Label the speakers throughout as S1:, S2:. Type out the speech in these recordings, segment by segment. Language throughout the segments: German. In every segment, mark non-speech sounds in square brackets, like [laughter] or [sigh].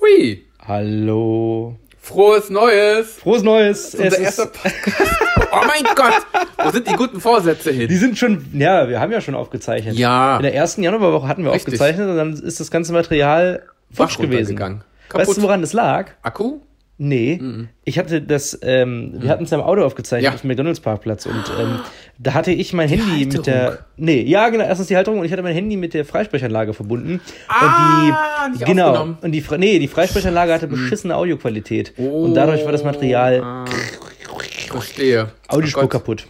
S1: Andi!
S2: Hallo.
S1: Frohes Neues!
S2: Frohes Neues.
S1: Unser
S2: Es
S1: erster
S2: ist,
S1: Podcast. [laughs] Oh mein Gott! Wo sind die guten Vorsätze
S2: die
S1: hin?
S2: sind schon, ja, wir haben ja schon aufgezeichnet.
S1: Ja.
S2: In der ersten Januarwoche hatten wir
S1: Richtig.
S2: aufgezeichnet und dann ist das ganze Material futsch gewesen.
S1: runtergegangen. Kaputt.
S2: Weißt du, woran das lag?
S1: Akku?
S2: Nee, ich hatte das, ähm, wir hatten's ja im Auto aufgezeichnet
S1: Mhm. Ja.
S2: auf dem McDonalds-Parkplatz und ähm, da hatte ich mein Handy
S1: Halterung.
S2: mit der, nee, ja genau, erstens die Halterung und ich hatte mein Handy mit der Freisprechanlage verbunden
S1: Ah,
S2: und die,
S1: nicht
S2: genau,
S1: aufgenommen. Mhm.
S2: und die, Fre- nee, die Freisprechanlage hatte beschissene Audioqualität und dadurch war das Material
S1: Oh. Ah, verstehe. Oh
S2: Audiospur
S1: Gott.
S2: kaputt.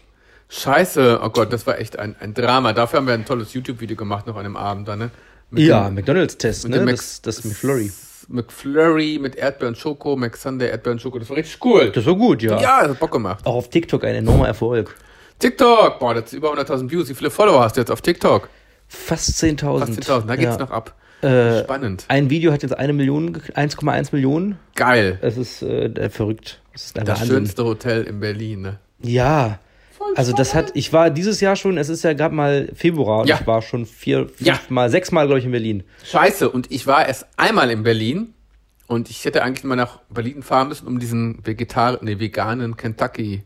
S1: Scheiße. Oh Gott, das war echt ein, ein Drama. Dafür haben wir ein tolles YouTube-Video gemacht noch an dem Abend dann, ne? Mit
S2: Ja,
S1: dem
S2: McDonalds-Test, ne,
S1: dem Mac-
S2: das, das McFlurry.
S1: McFlurry mit Erdbeer und Schoko, McSunday, Erdbeer und Schoko. Das war richtig cool.
S2: Das war gut, ja.
S1: ja, das hat Bock gemacht.
S2: Auch auf TikTok ein enormer Erfolg.
S1: TikTok! Boah, das ist über 100.000 Views. Wie viele Follower hast du jetzt auf TikTok?
S2: Fast 10.000.
S1: 18.000, da geht's
S2: Ja.
S1: noch ab.
S2: Äh,
S1: Spannend.
S2: Ein Video hat jetzt eine Million, gek- 1,1 Millionen.
S1: Geil.
S2: Es ist äh, verrückt. Es ist ein
S1: Das
S2: Wahnsinn.
S1: schönste Hotel in Berlin, ne?
S2: Ja. Also das hat, ich war dieses Jahr schon, es ist ja gerade mal Februar und
S1: Ja.
S2: ich war schon vier,
S1: Ja.
S2: fünfmal, sechsmal, glaube ich, in Berlin.
S1: Scheiße, und ich war erst einmal in Berlin und ich hätte eigentlich mal nach Berlin fahren müssen, um diesen vegetar nee, veganen Kentucky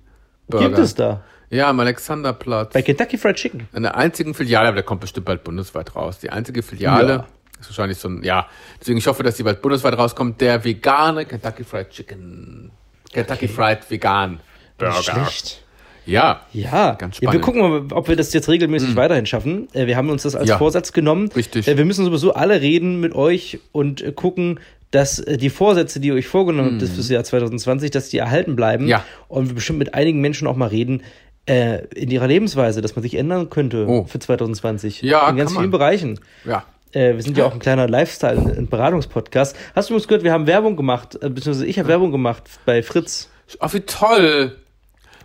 S1: Burger.
S2: Gibt es da?
S1: Ja, am Alexanderplatz.
S2: Bei Kentucky Fried Chicken.
S1: An der einzigen Filiale, aber der kommt bestimmt bald bundesweit raus. Die einzige Filiale
S2: Ja.
S1: ist wahrscheinlich so ein, ja. Deswegen, ich hoffe, dass die bald bundesweit rauskommt. Der vegane Kentucky Fried Chicken. Kentucky Fried Vegan
S2: Nicht
S1: Burger.
S2: Schlecht.
S1: Ja.
S2: Ja.
S1: Ganz
S2: ja,
S1: spannend.
S2: wir
S1: Mhm.
S2: gucken mal, ob wir das jetzt regelmäßig weiterhin schaffen. Äh, Wir haben uns das als
S1: Ja.
S2: Vorsatz genommen.
S1: Richtig.
S2: Äh, Wir müssen sowieso alle reden mit euch und äh, gucken, dass äh, die Vorsätze, die ihr euch vorgenommen habt fürs Jahr 2020, dass die erhalten bleiben.
S1: Mhm. Ja.
S2: Und wir bestimmt mit einigen Menschen auch mal reden äh, in ihrer Lebensweise, dass man sich ändern könnte
S1: Oh.
S2: für 2020.
S1: Ja,
S2: In ganz
S1: kann
S2: vielen
S1: man.
S2: Bereichen.
S1: Ja.
S2: Äh, wir sind ja auch ein kleiner Lifestyle- und Beratungspodcast. Hast du übrigens gehört, wir haben Werbung gemacht, äh, beziehungsweise ich habe Werbung gemacht bei Fritz.
S1: Ach, wie toll.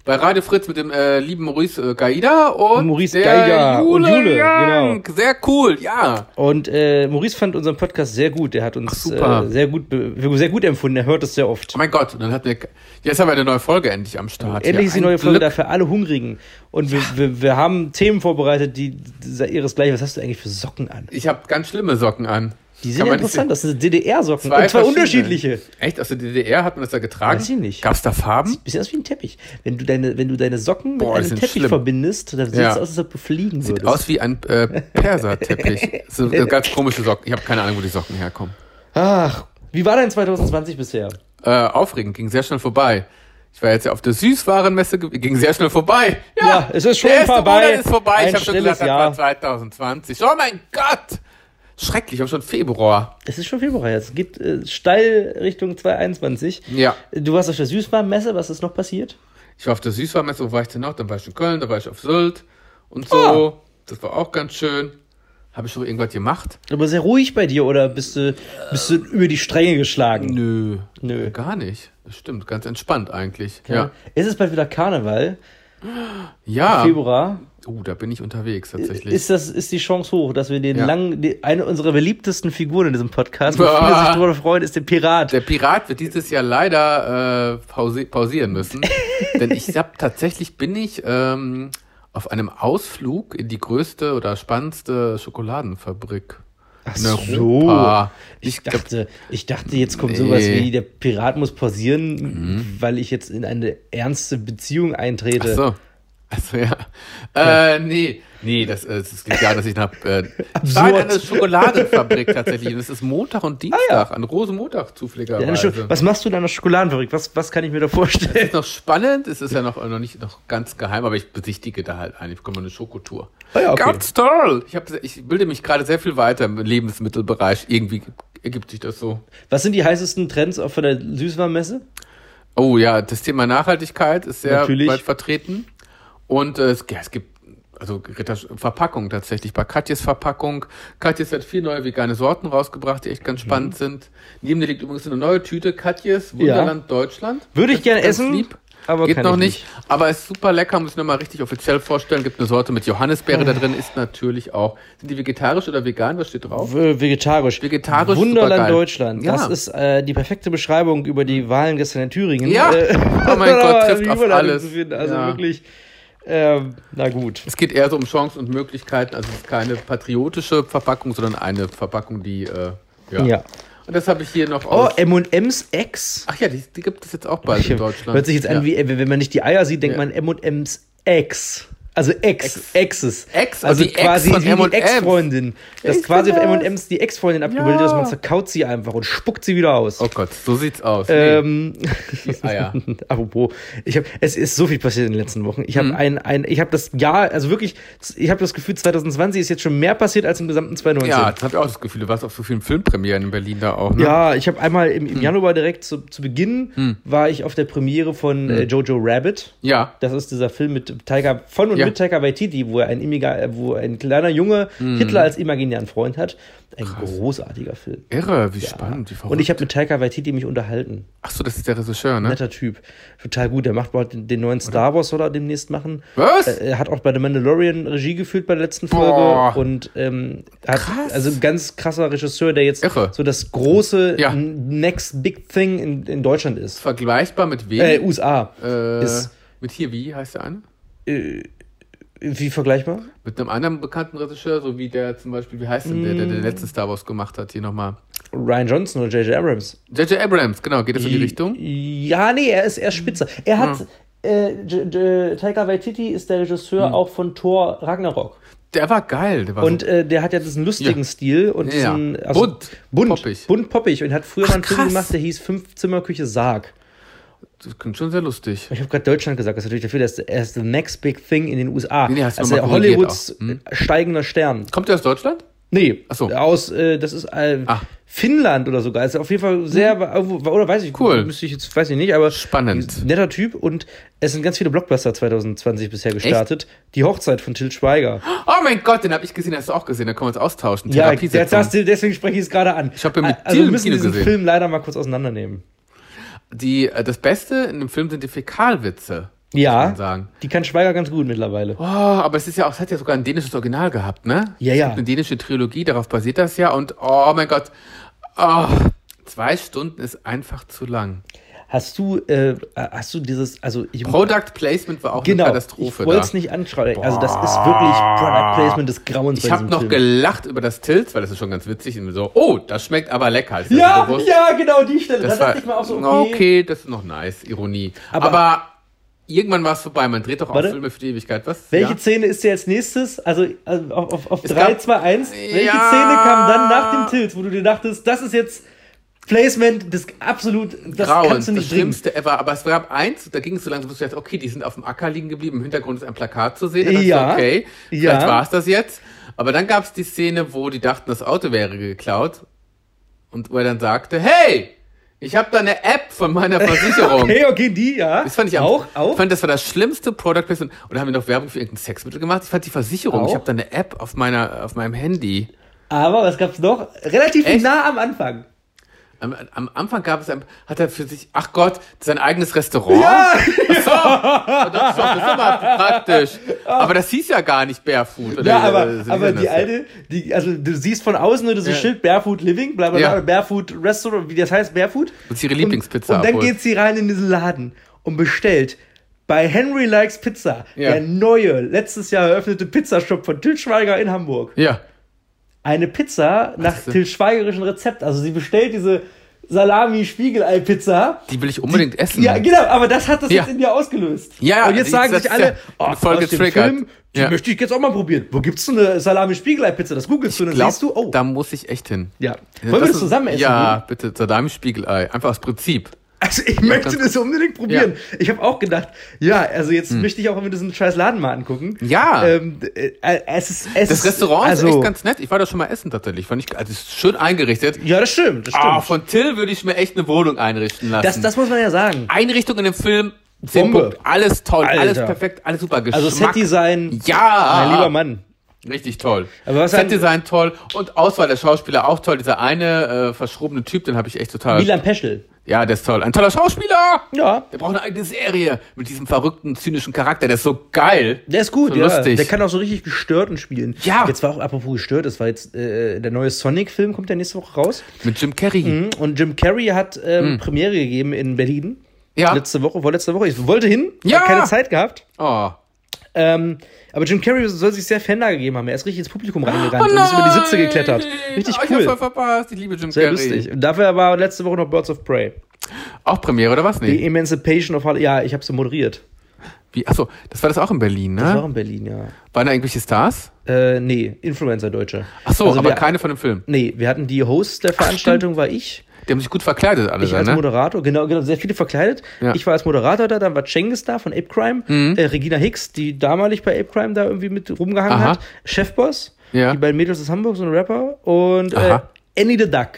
S1: Bei Radio Fritz mit dem äh, lieben Maurice äh, Gaida und
S2: Maurice
S1: der
S2: Gaida und
S1: Jule,
S2: Jule, genau.
S1: Young. Sehr cool, ja.
S2: Und äh, Maurice fand unseren Podcast sehr gut. Er hat uns
S1: super.
S2: äh, sehr, gut be- sehr gut empfunden. Er hört es sehr oft.
S1: Oh mein Gott, und dann hat mir, jetzt haben wir eine neue Folge endlich am Start.
S2: Endlich
S1: Ja,
S2: ist die
S1: ein
S2: neue Folge
S1: Glück.
S2: da für alle Hungrigen. Und wir, wir, wir haben Themen vorbereitet, die die- ihresgleichen. Was hast du eigentlich für Socken an?
S1: Ich habe ganz schlimme Socken an.
S2: Die sind
S1: Kann
S2: ja
S1: man nicht sehen.
S2: interessant. Das sind DDR-Socken.
S1: Zwei
S2: Und zwar
S1: verschiedene.
S2: unterschiedliche.
S1: äh, Echt? Aus der DDR hat man das da getragen?
S2: Weiß ich nicht.
S1: Gab es da Farben?
S2: Bisschen aus wie ein Teppich. Wenn du deine, wenn du deine Socken
S1: Boah, die
S2: mit einem
S1: sind
S2: Teppich
S1: schlimm.
S2: verbindest, dann sieht es
S1: Ja.
S2: aus, als ob du fliegen
S1: Sieht
S2: würdest.
S1: aus wie ein äh,
S2: [laughs]
S1: Perserteppich. so so ganz komische Socken. Ich habe keine Ahnung, wo die Socken herkommen.
S2: Ach, wie war dein 2020 bisher?
S1: Äh, aufregend, ging sehr schnell vorbei. Ich war jetzt ja auf der Süßwarenmesse, ge- ging sehr schnell vorbei.
S2: Ja, es ist schon
S1: der erste
S2: vorbei.
S1: Monat ist vorbei.
S2: Ein
S1: ich habe schon
S2: stilles
S1: gesagt, das
S2: Jahr.
S1: war 2020. Oh mein Gott! Schrecklich, ich habe schon Februar.
S2: Es ist schon Februar jetzt. Es geht äh, steil Richtung 2021.
S1: Ja.
S2: Du warst auf der Süßwarenmesse. Was ist noch passiert?
S1: Ich war auf der Süßwarenmesse, wo war ich denn noch? Dann war ich in Köln, da war ich auf Sylt und so.
S2: Ah.
S1: Das war auch ganz schön. Habe ich schon irgendwas gemacht?
S2: Aber sehr ruhig bei dir oder bist du, bist du über die Stränge geschlagen?
S1: Nö.
S2: Nö.
S1: Gar nicht. Das stimmt. Ganz entspannt eigentlich. Ja.
S2: Ja. Es ist bald wieder Karneval,
S1: Ja.
S2: Februar.
S1: Oh, da bin ich unterwegs tatsächlich.
S2: Ist, das, ist die Chance hoch, dass wir den
S1: Ja.
S2: langen, die, eine unserer beliebtesten Figuren in diesem Podcast, wo
S1: Boah.
S2: viele sich darüber freuen, ist der Pirat.
S1: der Pirat wird dieses Jahr leider äh, pausi pausieren
S2: [laughs]
S1: müssen. denn ich hab tatsächlich bin ich ähm, auf einem Ausflug in die größte oder spannendste Schokoladenfabrik.
S2: Ach
S1: in
S2: so.
S1: Europa. Ich
S2: Ich
S1: glaub,
S2: dachte, ich dachte, jetzt kommt sowas
S1: Nee.
S2: wie, der Pirat muss pausieren, weil ich jetzt in eine ernste Beziehung eintrete.
S1: Mhm. Ach so. Also ja. Äh, nee, nee, das, äh, es liegt daran, dass ich nach äh, ich war in einer Schokoladenfabrik tatsächlich. Und es ist Montag und Dienstag, an Rosenmontag
S2: Ah Ja, eine
S1: zufälligerweise.
S2: Scho- was machst du in einer Schokoladenfabrik? Was, was kann ich mir da vorstellen?
S1: ist noch spannend, es ist ja noch, noch nicht noch ganz geheim, aber ich besichtige da halt ein. Ich bekomme eine Schokotour.
S2: Ah ja, okay.
S1: Ganz toll! Ich, hab, ich bilde mich gerade sehr viel weiter im Lebensmittelbereich. Irgendwie ergibt sich das so.
S2: Was sind die heißesten Trends auf der Süßwarenmesse?
S1: Oh ja, das Thema Nachhaltigkeit ist sehr
S2: Natürlich.
S1: weit vertreten. Und äh, es, ja, es gibt also Ritter Verpackung tatsächlich. Bei Katjes Verpackung. Katjes hat vier neue vegane Sorten rausgebracht, die echt
S2: Mhm.
S1: ganz spannend sind. Neben dir liegt übrigens eine neue Tüte Katjes Wunderland Deutschland.
S2: Würde ich
S1: Das
S2: gerne
S1: ist ganz
S2: essen,
S1: Lieb.
S2: aber
S1: Geht
S2: kann
S1: noch
S2: ich
S1: nicht. Aber ist super lecker, muss ich nochmal richtig offiziell vorstellen. Gibt eine Sorte mit Johannisbeere
S2: Äh.
S1: da drin, ist natürlich auch. Sind die vegetarisch oder vegan? Was steht drauf?
S2: W- Vegetarisch.
S1: Vegetarisch,
S2: Wunderland
S1: supergeil.
S2: Deutschland.
S1: Ja.
S2: Das ist äh, die perfekte Beschreibung über die Wahlen gestern in Thüringen.
S1: Ja.
S2: Äh,
S1: Oh
S2: [laughs]
S1: mein Gott,
S2: aber
S1: trifft
S2: die
S1: auf
S2: Überleitung
S1: alles.
S2: zu finden. Also
S1: Ja.
S2: wirklich, ähm, na gut.
S1: Es geht eher so um Chancen und Möglichkeiten. Also es ist keine patriotische Verpackung, sondern eine Verpackung, die äh, ja,
S2: Ja.
S1: Und das habe ich hier noch
S2: Oh,
S1: aus.
S2: M&M's Ex.
S1: Ach ja, die, die gibt es jetzt auch bald Also in Deutschland.
S2: Hört sich jetzt an,
S1: ja.
S2: wie, äh, wenn man nicht die Eier sieht, denkt
S1: Ja.
S2: man M&M's Ex. Also Ex, Exes.
S1: Ex,
S2: also
S1: die Ex
S2: quasi
S1: von
S2: wie
S1: M&M's.
S2: die Ex-Freundin. Dass
S1: Ich
S2: quasi auf
S1: bin das.
S2: M&M's die Ex-Freundin abgebildet
S1: Ja.
S2: ist, man zerkaut sie einfach und spuckt sie wieder aus.
S1: Oh Gott, so sieht's aus. nee.
S2: Ähm,
S1: Die ah, Eier.
S2: [laughs] apropos, ich habe es ist so viel passiert in den letzten Wochen. Ich habe
S1: Mhm.
S2: ein, ein ich habe das Jahr, also wirklich, ich habe das Gefühl 2020 ist jetzt schon mehr passiert als im gesamten 2019.
S1: Ja, das habe ich auch das Gefühl, du warst auf so vielen Filmpremieren in Berlin da auch. Ne?
S2: Ja, ich habe einmal im,
S1: Mhm.
S2: im Januar direkt zu, zu Beginn war ich auf der Premiere von
S1: Mhm.
S2: äh, Jojo Rabbit.
S1: Ja.
S2: Das ist dieser Film mit Tiger, von und
S1: Ja.
S2: mit Tiger Waititi, wo er ein, immiga, äh, wo ein kleiner Junge
S1: Mhm.
S2: Hitler als imaginären Freund hat. Ein großartiger Film.
S1: Irre, wie spannend, wie verrückt.
S2: Und ich habe mit Tiger Waititi mich unterhalten.
S1: Ach so, das ist der Regisseur, ne?
S2: Netter Typ. Total gut. Der macht bald den, den neuen Star Wars soll er demnächst machen.
S1: Was?
S2: Äh, Er hat auch bei The Mandalorian Regie geführt bei der letzten Folge
S1: Boah.
S2: und ähm, hat
S1: Krass.
S2: also ein ganz krasser Regisseur, der jetzt
S1: Irre.
S2: so das große
S1: Ja.
S2: n- Next Big Thing in, in Deutschland ist.
S1: Vergleichbar mit wem?
S2: Äh, USA.
S1: Äh,
S2: ist-
S1: mit hier, wie heißt der eine?
S2: Äh, Wie vergleichbar?
S1: Mit einem anderen bekannten Regisseur, so wie der zum Beispiel, wie heißt denn der,
S2: Mm.
S1: der den letzten Star Wars gemacht hat, hier nochmal.
S2: Ryan Johnson oder J.J. Abrams.
S1: J.J. Abrams, genau, geht das in die Richtung?
S2: Ja, nee, er ist er ist Spitze. Er hat äh, J- J- Taika Waititi ist der Regisseur
S1: Mhm.
S2: auch von Thor Ragnarok.
S1: Der war geil, der war
S2: Und äh, der hat ja diesen lustigen
S1: Also Ja.
S2: Stil und
S1: Ja, ja.
S2: diesen also
S1: Bunt,
S2: bunt,
S1: poppig.
S2: bunt poppig und hat früher
S1: Ach,
S2: mal einen Film
S1: krass.
S2: gemacht, der hieß Fünfzimmerküche Sarg.
S1: so, das klingt schon sehr lustig.
S2: Ich habe gerade Deutschland gesagt, das ist natürlich dafür, dass er ist the next big thing in den USA.
S1: Nee, nee, hast du
S2: also
S1: nochmal korrigiert
S2: Hollywoods
S1: auch. Hm?
S2: steigender Stern.
S1: Kommt der aus Deutschland?
S2: Nee,
S1: Ach so.
S2: aus äh, das ist äh,
S1: Ah. Hm.
S2: Finnland oder sogar. Also auf jeden Fall sehr irgendwo- oder weiß ich,
S1: Cool.
S2: müsste ich jetzt weiß ich nicht, aber
S1: Spannend.
S2: netter Typ und es sind ganz viele Blockbuster 2020 bisher gestartet. Die Hochzeit von Till Schweiger.
S1: Oh mein Gott, den habe ich gesehen, den hast du auch gesehen, da können wir uns austauschen.
S2: Ja, jetzt
S1: Therapiesitzung.
S2: hast du, deswegen spreche ich es gerade an.
S1: Ich hab ja mit
S2: also
S1: dir
S2: wir
S1: im
S2: müssen
S1: Kino
S2: diesen
S1: gesehen.
S2: Film leider mal kurz auseinandernehmen.
S1: die, äh, das Beste in dem Film sind die Fäkalwitze. muss
S2: Ja,
S1: man sagen.
S2: die kann Schweiger ganz gut mittlerweile.
S1: Oh, aber es ist ja auch, es hat ja sogar ein dänisches Original gehabt, ne?
S2: Ja,
S1: es
S2: ja.
S1: Gibt eine dänische Trilogie, darauf basiert das ja. Und oh mein Gott, oh, zwei Stunden ist einfach zu lang.
S2: Hast du, äh, hast du dieses, also ich
S1: Product Placement war auch
S2: genau,
S1: eine Katastrophe.
S2: ich wollte es
S1: da.
S2: nicht anschreien. Also das ist wirklich Product Placement des Grauens. bei
S1: Ich habe
S2: diesem
S1: noch
S2: Film.
S1: gelacht über das Tilt, weil das ist schon ganz witzig. Und so, oh, das schmeckt aber lecker. Ist
S2: Ja,
S1: so also bewusst.
S2: ja, genau die Stelle.
S1: Das
S2: da
S1: war,
S2: dachte ich mal auch so,
S1: okay.
S2: okay.
S1: das ist noch nice, Ironie.
S2: Aber-
S1: Aber, irgendwann war es vorbei. Man dreht doch auch
S2: Warte.
S1: Filme für die Ewigkeit. Was?
S2: Welche
S1: ja?
S2: Szene ist dir als nächstes? Also also auf, auf, auf 3,
S1: gab-
S2: 2, 1. Welche
S1: Ja.
S2: Szene kam dann nach dem Tilt, wo du dir dachtest, das ist jetzt Placement, das absolut, das
S1: Grauen,
S2: kannst du nicht
S1: das
S2: bringen.
S1: Schlimmste ever. Aber es gab eins, da ging es so langsam, dass du dachtest, okay, die sind auf dem Acker liegen geblieben, im Hintergrund ist ein Plakat zu sehen. Dann dachte ich,
S2: Ja,
S1: okay,
S2: ja.
S1: vielleicht war es das jetzt. Aber dann gab es die Szene, wo die dachten, das Auto wäre geklaut. Und wo er dann sagte, hey, ich habe da eine App von
S2: [laughs]
S1: meiner Versicherung.
S2: Okay, okay, die, ja.
S1: Das fand ich am-
S2: auch. auch.
S1: Ich fand, das war das schlimmste Product Placement. Und da haben wir noch Werbung für irgendein Sexmittel gemacht. Ich fand die Versicherung.
S2: Auch?
S1: Ich habe da eine App auf meiner, auf meinem Handy.
S2: Aber was gab's noch? Relativ
S1: Echt?
S2: nah am Anfang.
S1: Am, am Anfang gab es ein, hat er für sich, ach Gott, sein eigenes Restaurant.
S2: Ja!
S1: Ach so, das ist doch das ist doch mal praktisch. Aber das hieß ja gar nicht Barefoot. Oder
S2: Ja,
S1: wie-
S2: aber,
S1: oder wie
S2: aber
S1: denn
S2: die
S1: das?
S2: alte, die, also du siehst von außen nur dieses
S1: Ja.
S2: Schild Barefoot Living, bla bla bla,
S1: Ja.
S2: Barefoot Restaurant, wie das heißt, Barefoot.
S1: Und sie ihre Lieblingspizza
S2: Und, und dann
S1: abholt.
S2: geht sie rein in diesen Laden und bestellt bei Henry Likes Pizza,
S1: Ja.
S2: der neue, letztes Jahr eröffnete Pizzashop von Til Schweiger in Hamburg.
S1: Ja.
S2: Eine Pizza nach
S1: ist das?
S2: Til Schweigerischem Rezept. Also sie bestellt diese Salami-Spiegelei-Pizza.
S1: Die will ich unbedingt essen.
S2: Ja, genau, aber das hat das
S1: Ja.
S2: jetzt in dir ausgelöst.
S1: Ja, ja,
S2: Und jetzt
S1: die-
S2: sagen
S1: das
S2: sich
S1: ist ja
S2: alle, oh,
S1: voll
S2: aus dem
S1: getriggert.
S2: Film, die
S1: Ja.
S2: möchte ich jetzt auch mal probieren. Wo gibt's denn eine Salami-Spiegelei-Pizza? Das googelst du und dann
S1: Glaub,
S2: siehst du, oh.
S1: Da muss ich echt hin.
S2: ja. Wollen wir das
S1: ist-
S2: zusammen essen?
S1: Ja, bitte. Salami-Spiegelei. Einfach aus Prinzip.
S2: Also ich möchte
S1: dann-
S2: das unbedingt probieren. Ich habe auch gedacht, ja, also jetzt möchte ich auch immer diesen scheiß Laden mal angucken.
S1: Hm. Ja.
S2: Ähm, äh, es ist, es
S1: Das
S2: ist-
S1: Restaurant
S2: also,
S1: ist echt ganz nett. Ich war da schon mal essen tatsächlich. Fand ich, also es ist schön eingerichtet.
S2: Ja, das stimmt, das stimmt.
S1: Ah, von Till würde ich mir echt eine Wohnung einrichten lassen.
S2: das, das muss man ja sagen.
S1: Einrichtung in dem Film, zehn
S2: Bombe.
S1: Punkte. Alles toll,
S2: Alter.
S1: alles perfekt, alles super. Geschmack.
S2: Also Set-Design,
S1: Ja,
S2: mein lieber Mann.
S1: richtig toll.
S2: Aber was hat-
S1: Set-Design toll und Auswahl der Schauspieler auch toll. Dieser eine äh, verschrobene Typ, den habe ich echt total.
S2: Milan Peschel.
S1: Ja, der ist toll. Ein toller Schauspieler!
S2: Ja,
S1: Der braucht eine eigene Serie mit diesem verrückten, zynischen Charakter. Der ist so geil.
S2: Der ist gut,
S1: so
S2: ja.
S1: lustig.
S2: Der kann auch so richtig gestörten spielen.
S1: Ja.
S2: Jetzt war auch apropos gestört, das war jetzt äh, der neue Sonic-Film, kommt ja nächste Woche raus. Hm,
S1: mit Jim Carrey.
S2: Und Jim Carrey hat ähm, Premiere gegeben in Berlin.
S1: Hm. Ja.
S2: Letzte Woche, vorletzte Woche. Ich wollte hin,
S1: Ja.
S2: hab keine Zeit gehabt.
S1: Oh.
S2: Ähm, aber Jim Carrey soll sich sehr Fender gegeben haben. Er ist richtig ins Publikum reingerannt und ist über die Sitze geklettert. Richtig
S1: Ah, Oh Ich hab's voll
S2: cool.
S1: verpasst. Ich liebe Jim
S2: Sehr
S1: Carrey.
S2: lustig. Und dafür war letzte Woche noch Birds of Prey.
S1: Auch Premiere oder was?
S2: Die
S1: Nee.
S2: Emancipation of Harley. Ja, ich habe sie moderiert.
S1: Wie, achso, das war das auch in Berlin,
S2: Das war
S1: ne?
S2: in Berlin, ja.
S1: Waren da irgendwelche Stars?
S2: Äh, nee, Influencer-Deutsche.
S1: Achso,
S2: Also
S1: aber
S2: wir,
S1: keine von dem Film.
S2: Nee, wir hatten die Hosts der Veranstaltung, war ich.
S1: Die haben sich gut verkleidet, alle
S2: Ich
S1: da,
S2: als
S1: ne?
S2: Moderator, genau, genau, sehr viele verkleidet.
S1: Ja. Mhm.
S2: Ich war als Moderator da, dann war Cengiz da von Ape Crime, äh, Regina Hicks, die damalig bei Ape Crime da irgendwie mit rumgehangen
S1: Aha.
S2: hat, Chefboss,
S1: Ja.
S2: die beiden Mädels aus Hamburg, so ein Rapper und äh,
S1: Aha.
S2: Annie the Duck,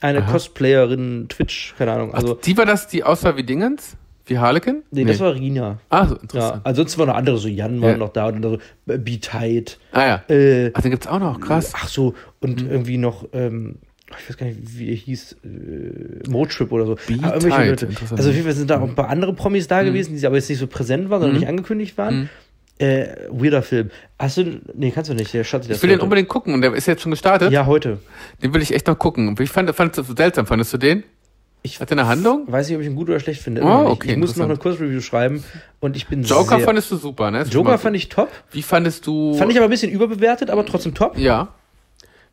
S2: eine Cosplayerin, Twitch, keine Ahnung. Also,
S1: Die war das, die aussah wie Dingens? Wie Harlequin?
S2: nee, das war Regina.
S1: Ah, so
S2: Ja,
S1: interessant.
S2: ansonsten waren noch andere, so Jan war
S1: Ja.
S2: noch da und dann so äh, B-Tight.
S1: Ah ja.
S2: Äh,
S1: Ach, den gibt's auch noch, krass.
S2: ach so, und
S1: Hm.
S2: irgendwie noch, ähm, ich weiß gar nicht, wie er hieß, äh, Motrip oder so.
S1: Be
S2: Aber irgendwelche
S1: Tight,
S2: Leute.
S1: interessant. Hm.
S2: Also auf jeden Fall sind da auch ein paar andere Promis da gewesen, die aber jetzt nicht so präsent waren, sondern nicht angekündigt waren.
S1: Hm.
S2: Äh, weirder Film. Hast du, nee, kannst du nicht, der schaut sich das
S1: Ich will den
S2: heute.
S1: unbedingt gucken und der ist jetzt schon gestartet.
S2: Ja, heute.
S1: Den will ich echt noch gucken. Ich fand, fand das so seltsam. Fandest du den?
S2: Ich
S1: Hat der eine Handlung?
S2: weiß nicht, ob ich ihn gut oder schlecht finde.
S1: Oh,
S2: Immer noch nicht.
S1: okay,
S2: ich muss noch
S1: interessant.
S2: eine Kurzreview schreiben und ich bin
S1: Joker
S2: sehr,
S1: fandest du super, ne? Ist schon mal
S2: Joker
S1: gut. Oh.
S2: fand ich top.
S1: Wie fandest du.
S2: Fand ich aber ein bisschen überbewertet, aber trotzdem top.
S1: ja.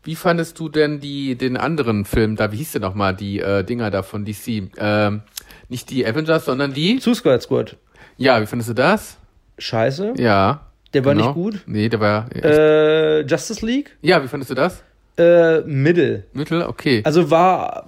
S1: Wie fandest du denn die, den anderen Film da? Wie hieß der nochmal? Die äh, Dinger da von DC. Ähm, nicht die Avengers, sondern die.
S2: Suicide Squad.
S1: Ja, wie fandest du das?
S2: Scheiße.
S1: Ja.
S2: Der war
S1: genau.
S2: nicht gut.
S1: Nee, der war.
S2: Äh, Justice League.
S1: ja, wie fandest du das?
S2: Äh, Mittel.
S1: Mittel? Okay.
S2: Also war,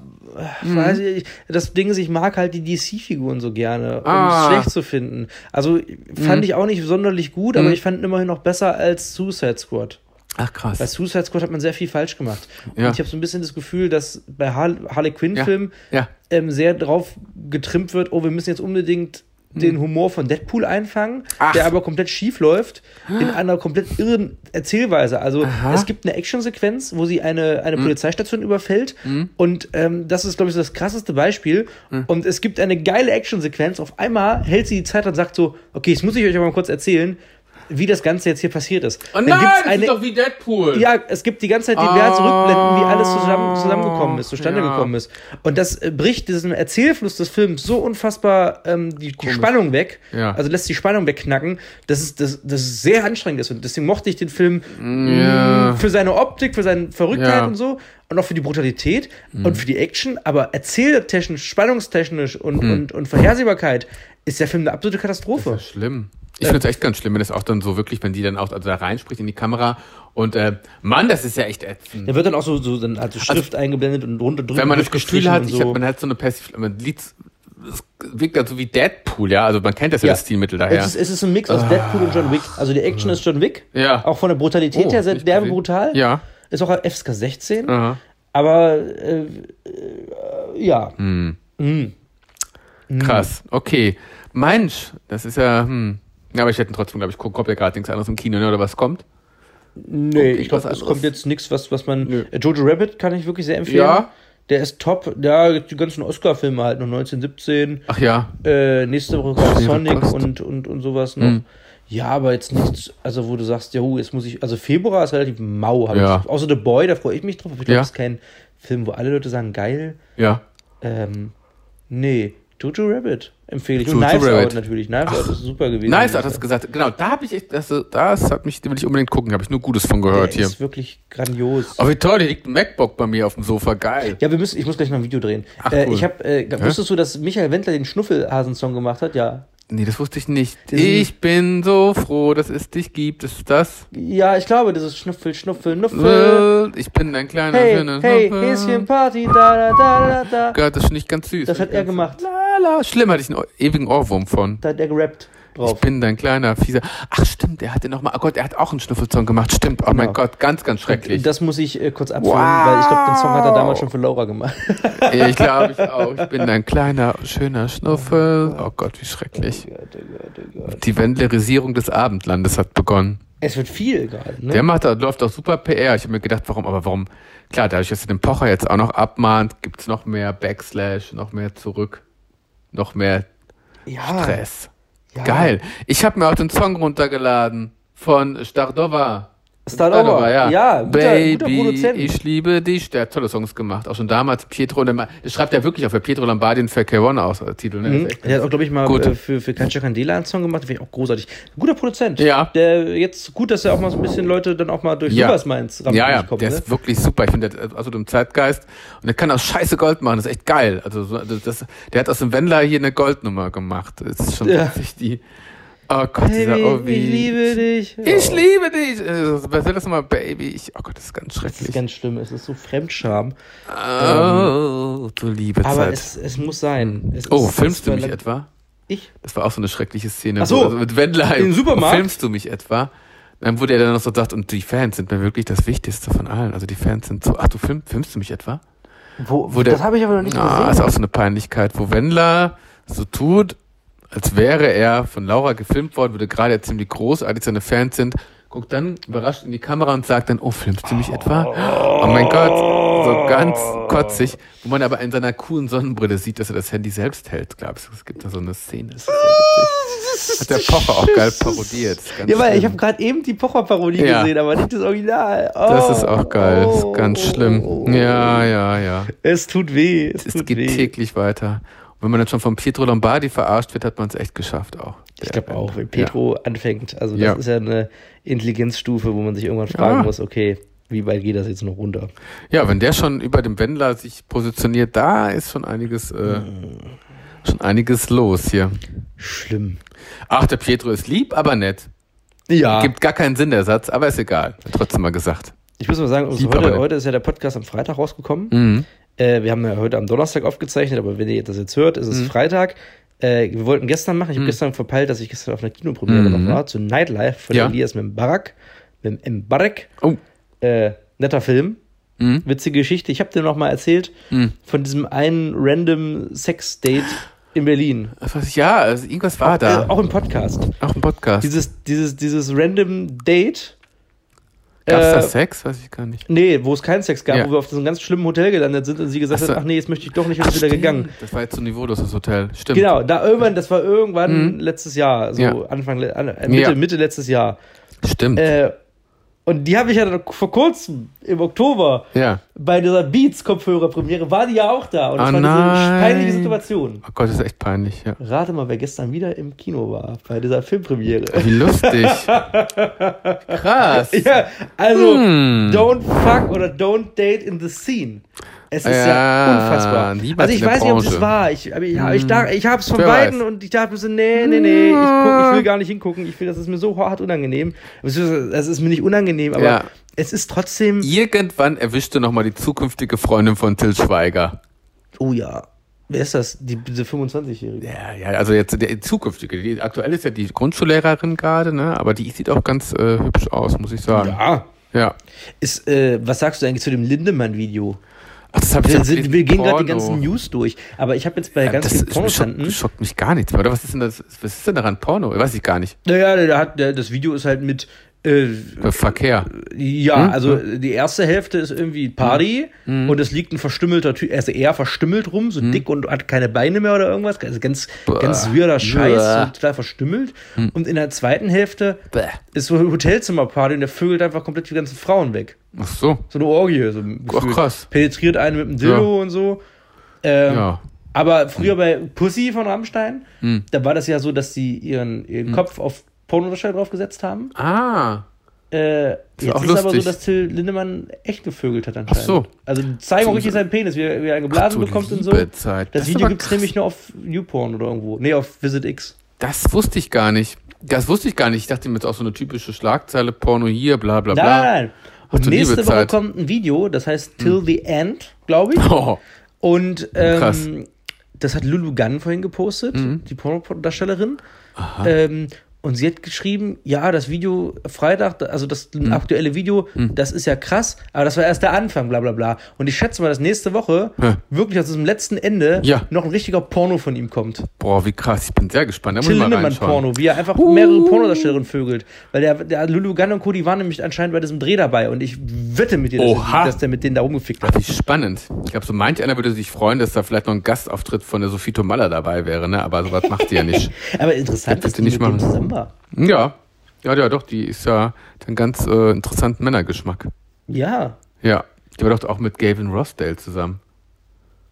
S2: äh,
S1: Mhm.
S2: weiß ich, das Ding ist, ich mag halt die DC-Figuren so gerne, um
S1: Ah. Mhm.
S2: es schlecht zu finden. Also fand ich auch nicht sonderlich gut, aber ich fand ihn immerhin noch besser als Suicide Squad.
S1: Ach, krass.
S2: Bei Suicide Squad hat man sehr viel falsch gemacht.
S1: Ja.
S2: Und ich habe so ein bisschen das Gefühl, dass bei Har Harley
S1: ja.
S2: Quinn-Filmen
S1: ja.
S2: ähm, sehr drauf getrimmt wird, oh, wir müssen jetzt unbedingt den Humor von Deadpool einfangen,
S1: Hm. Ach.
S2: der aber komplett schief läuft, in einer komplett irren Erzählweise. Also
S1: Aha. Hm.
S2: es gibt eine Actionsequenz, wo sie eine, eine Polizeistation überfällt und ähm, das ist, glaube ich, so das krasseste Beispiel.
S1: Hm.
S2: Und es gibt eine geile Actionsequenz, auf einmal hält sie die Zeit und sagt so, okay, jetzt muss ich euch aber mal kurz erzählen, wie das Ganze jetzt hier passiert ist.
S1: Oh
S2: Dann
S1: nein,
S2: gibt's
S1: das ist doch wie Deadpool.
S2: ja, es gibt die ganze Zeit diverse
S1: Ah.
S2: Rückblenden, wie alles zusammen, zusammengekommen ist, zustande
S1: Ja.
S2: gekommen ist. Und das äh, bricht diesen Erzählfluss des Films so unfassbar ähm, die, die Spannung weg,
S1: Ja.
S2: also lässt die Spannung wegknacken, dass es, dass, dass es sehr anstrengend ist. Und deswegen mochte ich den Film mh, für seine Optik, für seine Verrücktheit
S1: Mm, Ja. Mm.
S2: und so. Und auch für die Brutalität und für die Action, aber erzähltechnisch, spannungstechnisch und, und, und Vorhersehbarkeit ist der Film eine absolute Katastrophe.
S1: Mm. Das ist schlimm.
S2: Äh.
S1: Ich finde es echt ganz schlimm, wenn das auch dann so wirklich, wenn die dann auch also da reinspricht in die Kamera und äh, Mann, das ist ja echt ätzend.
S2: Da wird dann auch so, so dann also Schrift eingeblendet und runter drüber.
S1: wenn man das Gefühl
S2: durchgestrichen
S1: hat,
S2: und
S1: ich hab, man hat so eine Passiv, man liest, es wirkt dann so wie Deadpool, ja, also man kennt das ja, das Stilmittel daher. Ah.
S2: Es ist, es ist ein Mix aus Deadpool und John Wick. Also die Action ist John Wick.
S1: Ja.
S2: Auch von der Brutalität
S1: Oh,
S2: her sehr
S1: nicht
S2: derbe
S1: gesehen.
S2: brutal.
S1: Ja. Ah.
S2: Ist auch FSK 16.
S1: Aha.
S2: Aber äh, äh, ja.
S1: Hm.
S2: Mhm.
S1: Krass, okay. Mensch, das ist ja, hm. Ja, aber ich hätte ihn trotzdem, glaube ich, gucken, kommt ja gerade nichts anderes im Kino, ne, oder was kommt?
S2: Nee, ich
S1: was
S2: glaube, es
S1: anderes.
S2: kommt jetzt nichts, was, was man.
S1: Nö.
S2: Äh, Jojo Rabbit kann ich wirklich sehr empfehlen.
S1: Ja.
S2: Der ist top. Da die ganzen Oscar-Filme halt noch 1917.
S1: Ach ja,
S2: Äh, nächste Woche kommt
S1: Ja,
S2: Sonic
S1: passt. Hm.
S2: und, und, und sowas noch. Ja, aber jetzt nichts, also wo du sagst, ja, hu, jetzt muss ich, also Februar ist relativ mau, habe
S1: Ja.
S2: ich. Außer The Boy, da freue ich mich drauf. Aber ich glaube,
S1: Ja.
S2: das ist kein Film, wo alle Leute sagen, geil.
S1: ja.
S2: Ähm, nee, Jojo Rabbit empfehle ich.
S1: Jojo
S2: Und Knives Out
S1: Rabbit.
S2: natürlich. Knives Out ist super gewesen.
S1: Nice, hat das gesagt. Genau, da habe ich echt, das, das hat mich, den will ich unbedingt gucken, habe ich nur Gutes von gehört
S2: Der
S1: hier.
S2: ist wirklich grandios.
S1: Oh, wie toll, hier liegt ein MacBook bei mir auf dem Sofa, geil.
S2: Ja, wir müssen, ich muss gleich mal ein Video drehen.
S1: Ach,
S2: äh,
S1: cool.
S2: ich hab, äh, wusstest du, dass Michael Wendler den Schnuffelhasen-Song gemacht hat? Ja.
S1: Nee, das wusste ich nicht.
S2: Diesen-
S1: ich bin so froh, dass es dich gibt. Ist das?
S2: Ja, ich glaube, das ist Schnuffel, Schnuffel, Nuffel.
S1: Äh, Ich bin ein kleiner
S2: Hey,
S1: schöner
S2: hey,
S1: Schnuppe.
S2: Häschen, Party, da, da, da, da, da.
S1: Gott, das finde ich ganz süß.
S2: Das hat er gemacht.
S1: Lala. Schlimm, hatte ich einen ewigen Ohrwurm von.
S2: Da hat er gerappt
S1: Ich
S2: drauf.
S1: bin dein kleiner Fieser. Ach stimmt, er hatte nochmal, oh Gott, er hat auch einen Schnüffelzong gemacht. Stimmt, oh mein
S2: Genau.
S1: Gott, ganz, ganz schrecklich.
S2: Das muss ich äh, kurz abfilmen,
S1: Wow.
S2: weil ich glaube, den Song hat er damals schon für Laura gemacht.
S1: ich glaube, ich auch. Ich bin ein kleiner, schöner Schnuffel. Oh [laughs] Gott, oh wie schrecklich. Die Wendlerisierung des Abendlandes hat begonnen.
S2: es wird viel gerade, ne?
S1: Der macht, da läuft auch super PR. Ich habe mir gedacht, warum, aber warum? Klar, dadurch, dass er den Pocher jetzt auch noch abmahnt, gibt's noch mehr Backslash, noch mehr zurück, noch mehr
S2: ja,
S1: Press.
S2: Ah. ja.
S1: Geil. Ich habe mir auch den Song runtergeladen von Stardova.
S2: Stallone,
S1: ja.
S2: ja, guter,
S1: Baby,
S2: guter Produzent.
S1: ich liebe dich. Der hat tolle Songs gemacht. Auch schon damals Pietro Lambardi. Das schreibt er wirklich auf, weil Pietro Lambardi den Fair K1 aus als Titel. Ne?
S2: Mhm.
S1: Das ist echt-
S2: Der hat auch, glaube ich, mal
S1: Gut.
S2: äh, für, für Katja Candela einen Song gemacht, den finde ich auch großartig. Guter Produzent.
S1: Ja.
S2: Der jetzt gut, dass er auch mal so ein bisschen Leute dann auch mal durch
S1: Ja.
S2: sowas mal ins
S1: Ja, ja,
S2: Rampenlicht
S1: der
S2: ne?
S1: ist wirklich super. Ich finde, der hat also dem Zeitgeist. Und der kann auch scheiße Gold machen. Das ist echt geil. Also, so- also das, der hat aus dem Wendler hier eine Goldnummer gemacht. Das ist schon
S2: Ja.
S1: richtig die. Oh Gott, dieser
S2: Baby,
S1: Ovi.
S2: ich liebe dich.
S1: Ich
S2: Oh.
S1: liebe dich. Äh, Was soll das nochmal, Baby? Ich, oh Gott, das ist ganz
S2: Das
S1: schrecklich.
S2: ist ganz schlimm, es ist so Fremdscham.
S1: oh, du liebe
S2: ähm, Aber
S1: Zeit.
S2: es, es muss sein. Es
S1: oh,
S2: ist-
S1: filmst
S2: es
S1: du
S2: war
S1: mich
S2: lang-
S1: etwa?
S2: Ich?
S1: Das war auch so eine schreckliche Szene.
S2: Ach so,
S1: wo- also mit Wendler.
S2: im Supermarkt?
S1: Filmst du mich etwa? Dann wurde er dann noch so gesagt, und die Fans sind mir wirklich das Wichtigste von allen. Also die Fans sind so, ach, du film, filmst du mich etwa?
S2: Wo,
S1: Wo der-
S2: das habe ich aber noch nicht
S1: Ah, ist
S2: gesehen.
S1: auch so eine Peinlichkeit, wo Wendler so tut, als wäre er von Laura gefilmt worden, würde gerade erzählen, wie großartig seine Fans sind, guckt dann überrascht in die Kamera und sagt dann, oh, filmst du mich etwa? Oh mein Gott, so ganz kotzig, wo man aber in seiner coolen Sonnenbrille sieht, dass er das Handy selbst hält, glaube ich. Es gibt da so eine Szene. Das ist sehr witzig. Hat der Pocher auch geil
S2: [laughs]
S1: parodiert. Das ist ganz
S2: Ja, weil ich
S1: schlimm.
S2: habe gerade eben die Pocher-Parodie
S1: Ja.
S2: gesehen, aber nicht das Original. Oh,
S1: das ist auch geil, das ist ganz
S2: oh, oh, oh.
S1: schlimm. Ja, ja, ja.
S2: Es [laughs] tut weh. Es,
S1: es
S2: tut
S1: geht
S2: weh.
S1: täglich weiter. Und wenn man dann schon von Pietro Lombardi verarscht wird, hat man es echt geschafft auch.
S2: Ich glaube auch, wenn Petro anfängt. Also das
S1: Ja. Ah.
S2: ist ja eine Intelligenzstufe, wo man sich irgendwann fragen
S1: Ja.
S2: muss, okay, wie weit geht das jetzt noch runter?
S1: Ja. ja, wenn der schon über dem Wendler sich positioniert, da ist schon einiges, äh,
S2: Mhm.
S1: schon einiges los hier.
S2: Schlimm.
S1: Ach, der Pietro ist lieb, aber nett.
S2: Ja.
S1: Gibt gar keinen Sinn, der Satz, aber ist egal. Hat Trotzdem mal gesagt.
S2: Ich muss mal sagen, also
S1: Lieb, aber
S2: heute,
S1: nett.
S2: heute ist ja der Podcast am Freitag rausgekommen.
S1: Mhm.
S2: Äh, wir haben ja heute am Donnerstag aufgezeichnet, aber wenn ihr das jetzt hört, ist es
S1: Mhm.
S2: Freitag. Äh, wir wollten gestern machen. Ich habe gestern verpeilt, dass ich gestern auf einer Kinopremiere
S1: Mhm.
S2: noch war, zu Nightlife von
S1: Ja.
S2: Elias Mbarak. Mit Mbarak.
S1: Oh.
S2: Äh, netter Film.
S1: Mhm.
S2: Witzige Geschichte. Ich habe dir noch mal erzählt
S1: Mhm.
S2: von diesem einen random Sex-Date in Berlin.
S1: Was weiß ich, ja, also irgendwas war
S2: Äh,
S1: da.
S2: auch im Podcast.
S1: Auch im Podcast.
S2: Dieses, dieses, dieses random Date.
S1: Gab's da
S2: äh,
S1: Sex? Weiß ich gar nicht.
S2: Nee, wo es keinen Sex gab,
S1: Ja.
S2: wo wir auf diesem ganz schlimmen Hotel gelandet sind und sie gesagt
S1: Ach so.
S2: hat, ach nee, jetzt möchte ich doch nicht, und ist wieder gegangen.
S1: Das war jetzt so niveauloses Hotel. Stimmt. Mhm.
S2: Genau, da irgendwann, das war irgendwann letztes Jahr, so
S1: Ja.
S2: Anfang, le- an, äh, Mitte,
S1: Ja.
S2: Mitte letztes Jahr.
S1: Stimmt.
S2: Äh, und die habe ich ja dann vor kurzem, im Oktober,
S1: ja.
S2: bei dieser Beats-Kopfhörer-Premiere, war die ja auch da. Und es
S1: Ah,
S2: war diese
S1: nein.
S2: peinliche Situation.
S1: Oh Gott, das ist echt peinlich, ja.
S2: Rate mal, wer gestern wieder im Kino war, bei dieser Filmpremiere.
S1: Wie [laughs] lustig. Krass.
S2: Ja, also,
S1: Hm.
S2: don't fuck oder don't date in the scene. Es ist ja,
S1: Ja,
S2: unfassbar.
S1: niemals
S2: Also, ich
S1: in der
S2: weiß nicht, ob
S1: Branche. Hm.
S2: das war. Ich, aber ich, ich, da, ich hab's von
S1: Wer
S2: beiden
S1: weiß.
S2: und ich dachte mir so, nee, nee, nee, ich, guck, ich will gar nicht hingucken. Ich will, das ist mir so hart unangenehm. Es ist es ist mir nicht unangenehm, aber
S1: Ja.
S2: es ist trotzdem,
S1: Irgendwann erwischte nochmal die zukünftige Freundin von Till Schweiger.
S2: oh ja. Wer ist das? Die, diese 25-Jährige.
S1: Ja, ja, also jetzt der zukünftige. Die aktuell ist ja die Grundschullehrerin gerade, ne? Aber die sieht auch ganz äh, hübsch aus, muss ich sagen.
S2: Ja.
S1: Ja.
S2: Ist, äh, was sagst du eigentlich zu dem Lindemann-Video?
S1: Ach, das habe ich
S2: Wir,
S1: jetzt
S2: sind- wir gehen gerade die
S1: Porno.
S2: ganzen News durch, aber ich habe jetzt bei
S1: Ja,
S2: ganz
S1: das
S2: vielen
S1: ist, schockt,
S2: Pornostanten.
S1: schockt mich gar nichts mehr, oder? Was ist denn das? Was ist denn daran Porno? Weiß ich gar nicht.
S2: Naja, der hat, der, das Video ist halt mit. Äh,
S1: Verkehr.
S2: ja,
S1: Hm,
S2: also die erste Hälfte ist irgendwie Party und es liegt ein verstümmelter Typ, also eher verstümmelt rum, so
S1: Hm.
S2: dick und hat keine Beine mehr oder irgendwas. Also ganz, ganz weirder Scheiß,
S1: Bäh. Hm.
S2: so total verstümmelt. Und in der zweiten Hälfte
S1: Bäh.
S2: ist so eine Hotelzimmerparty und der vögelt einfach komplett die ganzen Frauen weg.
S1: Ach so.
S2: So eine Orgie. So ein
S1: Ach,
S2: Gefühl.
S1: krass.
S2: Penetriert einen mit einem Dildo und so. Ähm,
S1: Ja.
S2: aber früher bei Pussy von Rammstein,
S1: Hm.
S2: da war das ja so, dass sie ihren, ihren Kopf auf Pornodarsteller draufgesetzt haben.
S1: Ah.
S2: Äh,
S1: war
S2: jetzt
S1: auch
S2: ist aber so,
S1: lustig.
S2: dass Till Lindemann echt gevögelt hat anscheinend.
S1: Ach so.
S2: Also die zeigen auch richtig seinen Penis, wie er, wie er einen geblasen
S1: Ach du
S2: bekommt und so.
S1: liebe Zeit.
S2: Das,
S1: Das ist
S2: Video
S1: aber
S2: gibt es
S1: krass.
S2: nämlich nur auf Newporn oder irgendwo. Nee, auf Visit X.
S1: Das wusste ich gar nicht. Das wusste ich gar nicht. Ich dachte mir jetzt auch so eine typische Schlagzeile, Porno hier, bla bla
S2: Nein,
S1: bla.
S2: nein, nein.
S1: Ach
S2: Und
S1: du Hm. liebe
S2: nächste Woche
S1: Zeit.
S2: kommt ein Video, das heißt Till the End, glaube ich.
S1: Oh,
S2: Und
S1: Krass. Mhm.
S2: ähm, das hat Lulu Gunn vorhin gepostet, die Pornodarstellerin. Ähm, und sie hat geschrieben, ja, das Video Freitag, also das
S1: Mhm.
S2: aktuelle Video, das ist ja krass, aber das war erst der Anfang, bla bla bla. Und ich schätze mal, dass nächste Woche
S1: Ja.
S2: wirklich aus diesem letzten Ende
S1: Ja.
S2: noch ein richtiger Porno von ihm kommt.
S1: boah, wie krass. Ich bin sehr gespannt. Da muss
S2: Till
S1: ich mal
S2: Lindemann
S1: reinschauen. Uh.
S2: Porno, wie er einfach mehrere Pornodarstellerinnen vögelt. Weil der, der Lulu Gunn und Co., die waren nämlich anscheinend bei diesem Dreh dabei und ich wette mit dir, dass,
S1: Oha.
S2: der- dass der mit denen da rumgefickt
S1: Ach,
S2: hat.
S1: wie spannend. Ich glaube, so manch einer würde sich freuen, dass da vielleicht noch ein Gastauftritt von der Sophie Tomalla dabei wäre, ne? Aber sowas macht sie ja nicht.
S2: [laughs] Aber interessant,
S1: Das hätte
S2: dass die mit
S1: ich nicht
S2: dem
S1: machen.
S2: zusammen war.
S1: Ja. Ja, ja, doch, die ist ja einen ganz äh, interessanten Männergeschmack.
S2: Ja.
S1: Ja, die war doch auch mit Gavin Rossdale zusammen.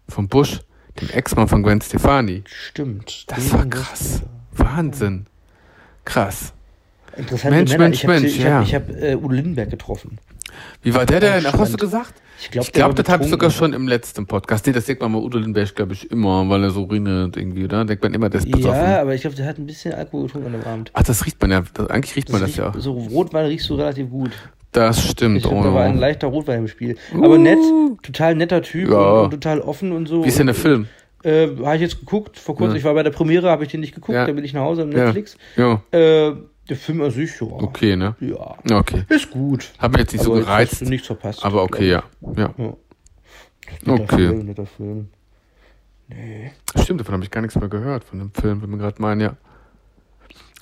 S1: Vom Bush, dem Ex-Mann von Gwen Stefani.
S2: Stimmt.
S1: Das war krass. Wahnsinn. Krass.
S2: Interessante
S1: Mensch,
S2: Männer.
S1: Mensch,
S2: ich habe
S1: Mensch,
S2: ich
S1: ja.
S2: hab, ich hab, äh, Udo Lindenberg getroffen.
S1: Wie war der denn? Ach, hast du
S2: Spannend.
S1: gesagt?
S2: Ich glaube,
S1: Ich glaube, das habe ich sogar schon im letzten Podcast. Nee, das denkt man mal Udo Lindenberg, glaube ich, immer, weil er so redet irgendwie, oder? Denkt man immer, der ist besoffen.
S2: Ja, aber ich glaube, der hat ein bisschen Alkohol getrunken an dem Abend.
S1: Ach, das riecht man ja. Das, eigentlich riecht man das
S2: riecht,
S1: ja auch.
S2: So Rotwein riechst du relativ gut.
S1: Das stimmt.
S2: Ich glaub, da war ein
S1: Oh, Uh.
S2: leichter Rotwein im Spiel. Aber nett, total netter Typ
S1: Ja.
S2: und, und total offen und so.
S1: Wie ist denn der Film?
S2: Äh, habe ich jetzt geguckt, vor kurzem, ich war bei der Premiere, habe ich den nicht geguckt,
S1: Ja.
S2: da bin ich nach Hause am
S1: Ja.
S2: Netflix.
S1: ja.
S2: Äh, der Film an sich, ja.
S1: Okay, ne?
S2: ja.
S1: Ja, Okay.
S2: Ist gut.
S1: Hat mir jetzt nicht so
S2: Aber jetzt hast
S1: gereizt,
S2: du nichts verpasst.
S1: aber okay, ja. Ja,
S2: Ja. Netter
S1: okay.
S2: Film, netter Film.
S1: Stimmt, davon habe ich gar nichts mehr gehört, von dem Film, wenn wir gerade meinen, ja.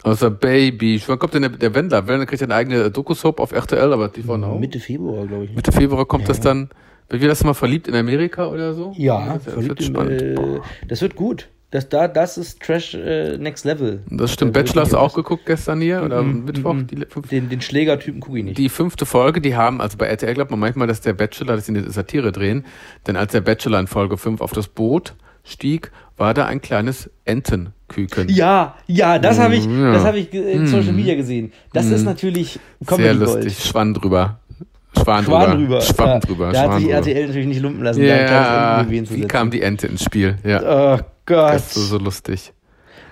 S1: Außer Baby. Wann kommt denn der, der Wendler? Wendler kriegt ja eine eigene Doku-Soap auf RTL, aber die war noch.
S2: Mitte Februar, glaube ich. ne?
S1: Mitte Februar kommt das dann. Wird wieder das mal verliebt in Amerika oder so?
S2: Ja,
S1: das, das
S2: verliebt
S1: wird
S2: im,
S1: spannend.
S2: äh, das wird gut. Das, da, das ist Trash äh, Next Level.
S1: Das stimmt.
S2: da
S1: Bachelor hast
S2: wird Mhm,
S1: du auch
S2: was.
S1: geguckt gestern hier oder am Mittwoch? Die le- fünf-
S2: Den, den Schlägertypen gucke ich nicht.
S1: Die fünfte Folge, die haben, also bei RTL glaubt man manchmal, dass der Bachelor, dass sie eine Satire drehen, denn als der Bachelor in Folge 5 auf das Boot stieg, war da ein kleines Entenküken.
S2: ja, ja, das habe ich,
S1: Mm, Ja. Mm.
S2: das habe ich ge- in Social Media gesehen. Das ist natürlich
S1: Sehr
S2: Comedy
S1: lustig.
S2: Gold.
S1: Schwamm drüber. Schwan
S2: Schwan
S1: drüber.
S2: drüber.
S1: Schwamm
S2: Ja,
S1: drüber.
S2: Da hat
S1: Schwan
S2: sich
S1: drüber.
S2: RTL natürlich nicht lumpen lassen, da ein kleines
S1: Ja,
S2: Ende mit wen zu
S1: wie
S2: setzen.
S1: kam die Ente ins Spiel? Ja,
S2: Oh Gott.
S1: das ist so lustig.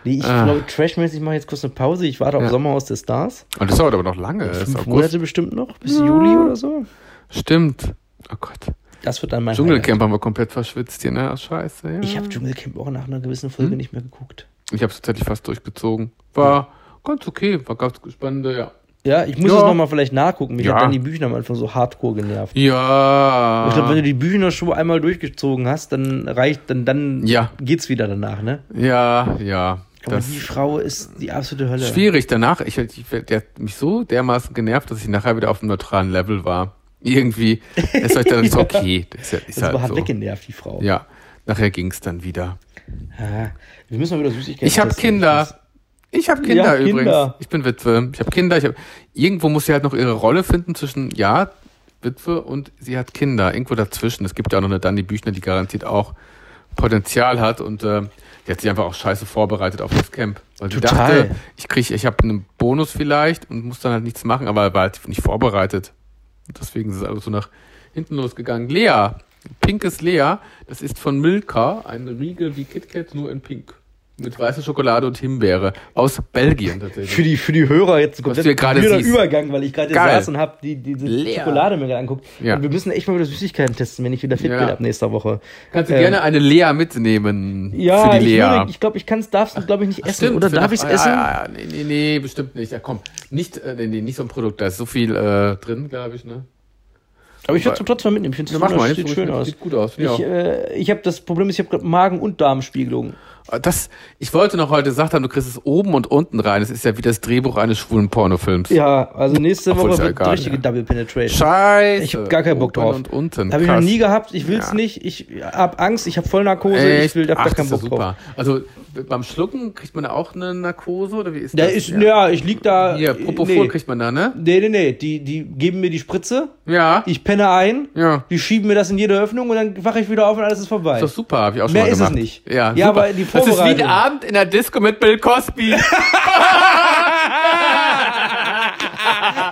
S2: nee, ich
S1: Ah.
S2: glaube, trashmäßig mache ich jetzt kurz eine Pause. Ich warte
S1: Ja.
S2: auf Sommerhaus der Stars.
S1: Und das dauert aber noch lange. Das ist
S2: Fünf
S1: August.
S2: Monate bestimmt noch, bis Juli oder so.
S1: Stimmt. Oh Gott.
S2: Das wird dann mein Highlight.
S1: Dschungelcamp haben wir komplett verschwitzt hier, ne? Scheiße. Ja. Hm.
S2: Ich habe Dschungelcamp auch nach einer gewissen Folge nicht mehr geguckt.
S1: Ich habe es tatsächlich fast durchgezogen. War ganz okay, war ganz spannende, ja.
S2: Ja, ich muss
S1: Ja.
S2: es nochmal vielleicht nachgucken. Mich
S1: Ja.
S2: hat dann die Büchner am Anfang so hardcore genervt.
S1: Ja.
S2: Ich glaube, wenn du die Büchnershow einmal durchgezogen hast, dann reicht, dann, dann
S1: Ja.
S2: geht's wieder danach, ne?
S1: ja, ja.
S2: Aber
S1: Das
S2: die
S1: ist
S2: Frau ist die absolute Hölle.
S1: schwierig. Danach, ich, ich, der hat mich so dermaßen genervt, dass ich nachher wieder auf einem neutralen Level war. Irgendwie. Es war
S2: [laughs]
S1: dann so, okay. Das ist, ja- ist
S2: Das war
S1: halt
S2: hart
S1: so.
S2: also weggenervt, die Frau.
S1: Ja. Nachher ging es dann wieder.
S2: Ah, wir müssen mal wieder Süßigkeiten
S1: Ich habe
S2: testen.
S1: Kinder. Ich habe Kinder
S2: Ja,
S1: übrigens.
S2: Kinder.
S1: Ich bin Witwe. Ich habe Kinder. Ich hab, irgendwo muss sie halt noch ihre Rolle finden zwischen ja, Witwe und sie hat Kinder. Irgendwo dazwischen. Es gibt ja auch noch eine Dani Büchner, die garantiert auch Potenzial hat und äh, die hat sich einfach auch scheiße vorbereitet auf das Camp. Weil sie
S2: Total.
S1: dachte, ich krieg, ich habe einen Bonus vielleicht und muss dann halt nichts machen, aber war halt nicht vorbereitet. Und deswegen ist es alles so nach hinten losgegangen. Lea, pinkes Lea, das ist von Milka, ein Riegel wie KitKat, nur in pink. Mit weißer Schokolade und Himbeere. Aus Belgien tatsächlich.
S2: Für die, für die Hörer jetzt ein
S1: du hier gerade
S2: blöder
S1: siehst.
S2: Übergang, weil ich gerade
S1: Geil.
S2: saß und habe die, die, die
S1: Leer.
S2: Schokolade mir gerade anguckt.
S1: Ja.
S2: Und wir müssen echt mal wieder Süßigkeiten testen, wenn ich wieder fit
S1: Ja.
S2: bin ab nächster Woche.
S1: Kannst du
S2: Ähm,
S1: gerne eine Lea mitnehmen
S2: Ja,
S1: für die
S2: ich
S1: Lea.
S2: glaube, ich, glaub, ich kann's, darf es, glaube ich, nicht essen. Oder
S1: für
S2: darf
S1: nach-
S2: ich es
S1: ah,
S2: essen?
S1: Ah, ah, nee, nee, nee, bestimmt nicht. Ja, komm, nicht, äh, nee, nee, nicht so ein Produkt, da ist so viel äh, drin, glaube ich, ne?
S2: Aber ich würde es trotzdem mitnehmen. Ich finde
S1: Ja, mach mal,
S2: es sieht
S1: jetzt,
S2: schön
S1: sieht
S2: aus.
S1: gut aus. ja.
S2: Ich, äh, ich habe das Problem, ist, ich habe gerade Magen- und Darmspiegelung.
S1: Ah, Das, ich wollte noch heute gesagt haben, du kriegst es oben und unten rein. Es ist ja wie das Drehbuch eines schwulen Pornofilms.
S2: Ja, also nächste
S1: Obwohl, ist
S2: Woche
S1: ja
S2: wird
S1: egal,
S2: die richtige
S1: ja.
S2: Double Penetration.
S1: Scheiße.
S2: Ich hab gar keinen Bock
S1: Oben
S2: drauf.
S1: Und unten.
S2: Habe ich noch
S1: Krass.
S2: nie gehabt. Ich will's
S1: Ja.
S2: nicht. Ich habe Angst. Ich habe Vollnarkose. Ich
S1: Echt?
S2: will da hab
S1: Ach,
S2: gar
S1: das
S2: keinen
S1: ist ja
S2: Bock drauf.
S1: super. Also beim Schlucken kriegt man da auch eine Narkose oder wie ist
S2: Da
S1: das?
S2: ist, ja, ich lieg da.
S1: Hier,
S2: äh,
S1: Propofol
S2: nee.
S1: kriegt man da, ne?
S2: nee, nee, nee. Die, die geben mir die Spritze.
S1: Ja.
S2: Ich penne ein.
S1: Ja.
S2: Die schieben mir das in jede Öffnung und dann wache ich wieder auf und alles ist vorbei.
S1: Ist doch super, habe ich auch schon
S2: Mehr
S1: mal
S2: ist es
S1: gemacht.
S2: nicht.
S1: Ja,
S2: Ja,
S1: super.
S2: aber die
S1: Das ist wie ein
S2: Vorbereitung.
S1: Abend in der Disco mit Bill
S2: [laughs]
S1: Cosby. Und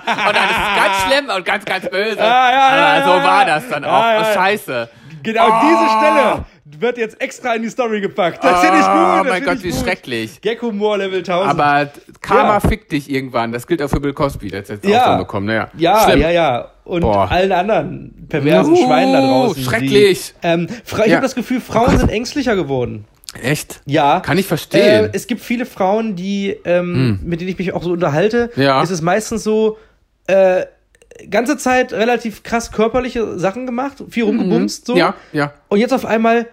S1: dann ist es ganz schlimm und ganz, ganz böse.
S2: Ah, ja, ja,
S1: Aber
S2: ja,
S1: so
S2: ja.
S1: war das dann auch.
S2: Ah, ja,
S1: Oh,
S2: ja.
S1: scheiße.
S2: Genau diese Stelle wird jetzt extra in die Story gepackt. Das finde ich gut.
S1: Oh
S2: das
S1: Ah! mein
S2: find
S1: Gott,
S2: ich
S1: wie
S2: gut.
S1: schrecklich.
S2: Gag-Humor Level 1000.
S1: Aber Karma
S2: Ja.
S1: fickt dich irgendwann. Das gilt auch für Bill Cosby. Der hat jetzt
S2: Ja.
S1: auch so bekommen. Naja.
S2: Ja,
S1: Schlimm.
S2: ja, ja. Und
S1: Boah.
S2: allen anderen perversen
S1: Uh,
S2: Schweinen da draußen.
S1: schrecklich.
S2: Die, ähm, Fra- ich
S1: Ja.
S2: habe das Gefühl, Frauen sind ängstlicher geworden.
S1: Echt?
S2: Ja.
S1: Kann ich verstehen. Hm.
S2: Äh, es gibt viele Frauen, die, ähm, mit denen ich mich auch so unterhalte.
S1: Ja.
S2: Es ist meistens so, äh, ganze Zeit relativ
S1: Mhm.
S2: krass körperliche Sachen gemacht, viel rumgebumst, so.
S1: Ja, ja.
S2: Und jetzt auf einmal,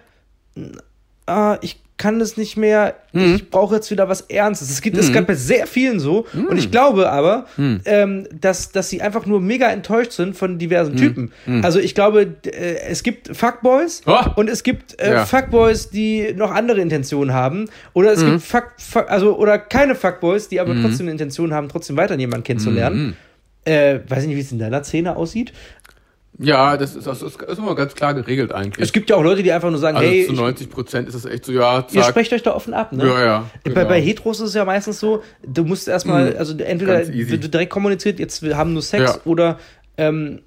S2: ah, ich kann es nicht mehr,
S1: Mhm.
S2: ich brauche jetzt wieder was Ernstes. Es gibt es gerade bei sehr vielen so. Und
S1: Mhm.
S2: ich glaube aber, ähm, dass, dass sie einfach nur mega enttäuscht sind von
S1: Mhm.
S2: diversen Typen. Also ich glaube, d- äh, es gibt Fuckboys
S1: Oh.
S2: und es gibt äh,
S1: Ja.
S2: Fuckboys, die noch andere Intentionen haben. Oder es
S1: Mhm.
S2: gibt Fuck, Fuck, also oder keine Fuckboys, die aber trotzdem eine Intention haben, trotzdem weiter jemanden
S1: Mhm.
S2: kennenzulernen. Äh, weiß ich nicht, wie es in deiner Szene aussieht.
S1: Ja, das ist, das ist, ist immer ganz klar geregelt eigentlich.
S2: Es gibt ja auch Leute, die einfach nur sagen,
S1: Also
S2: hey,
S1: zu
S2: ich,
S1: 90 Prozent ist es echt so, ja,
S2: ihr
S1: zack.
S2: sprecht euch da offen ab, ne?
S1: Ja, ja.
S2: Bei, bei
S1: genau.
S2: Heteros ist es ja meistens so, du musst erstmal,
S1: Mhm.
S2: also entweder
S1: Ganz easy.
S2: wird direkt kommuniziert, jetzt wir haben nur Sex
S1: Ja.
S2: oder ähm,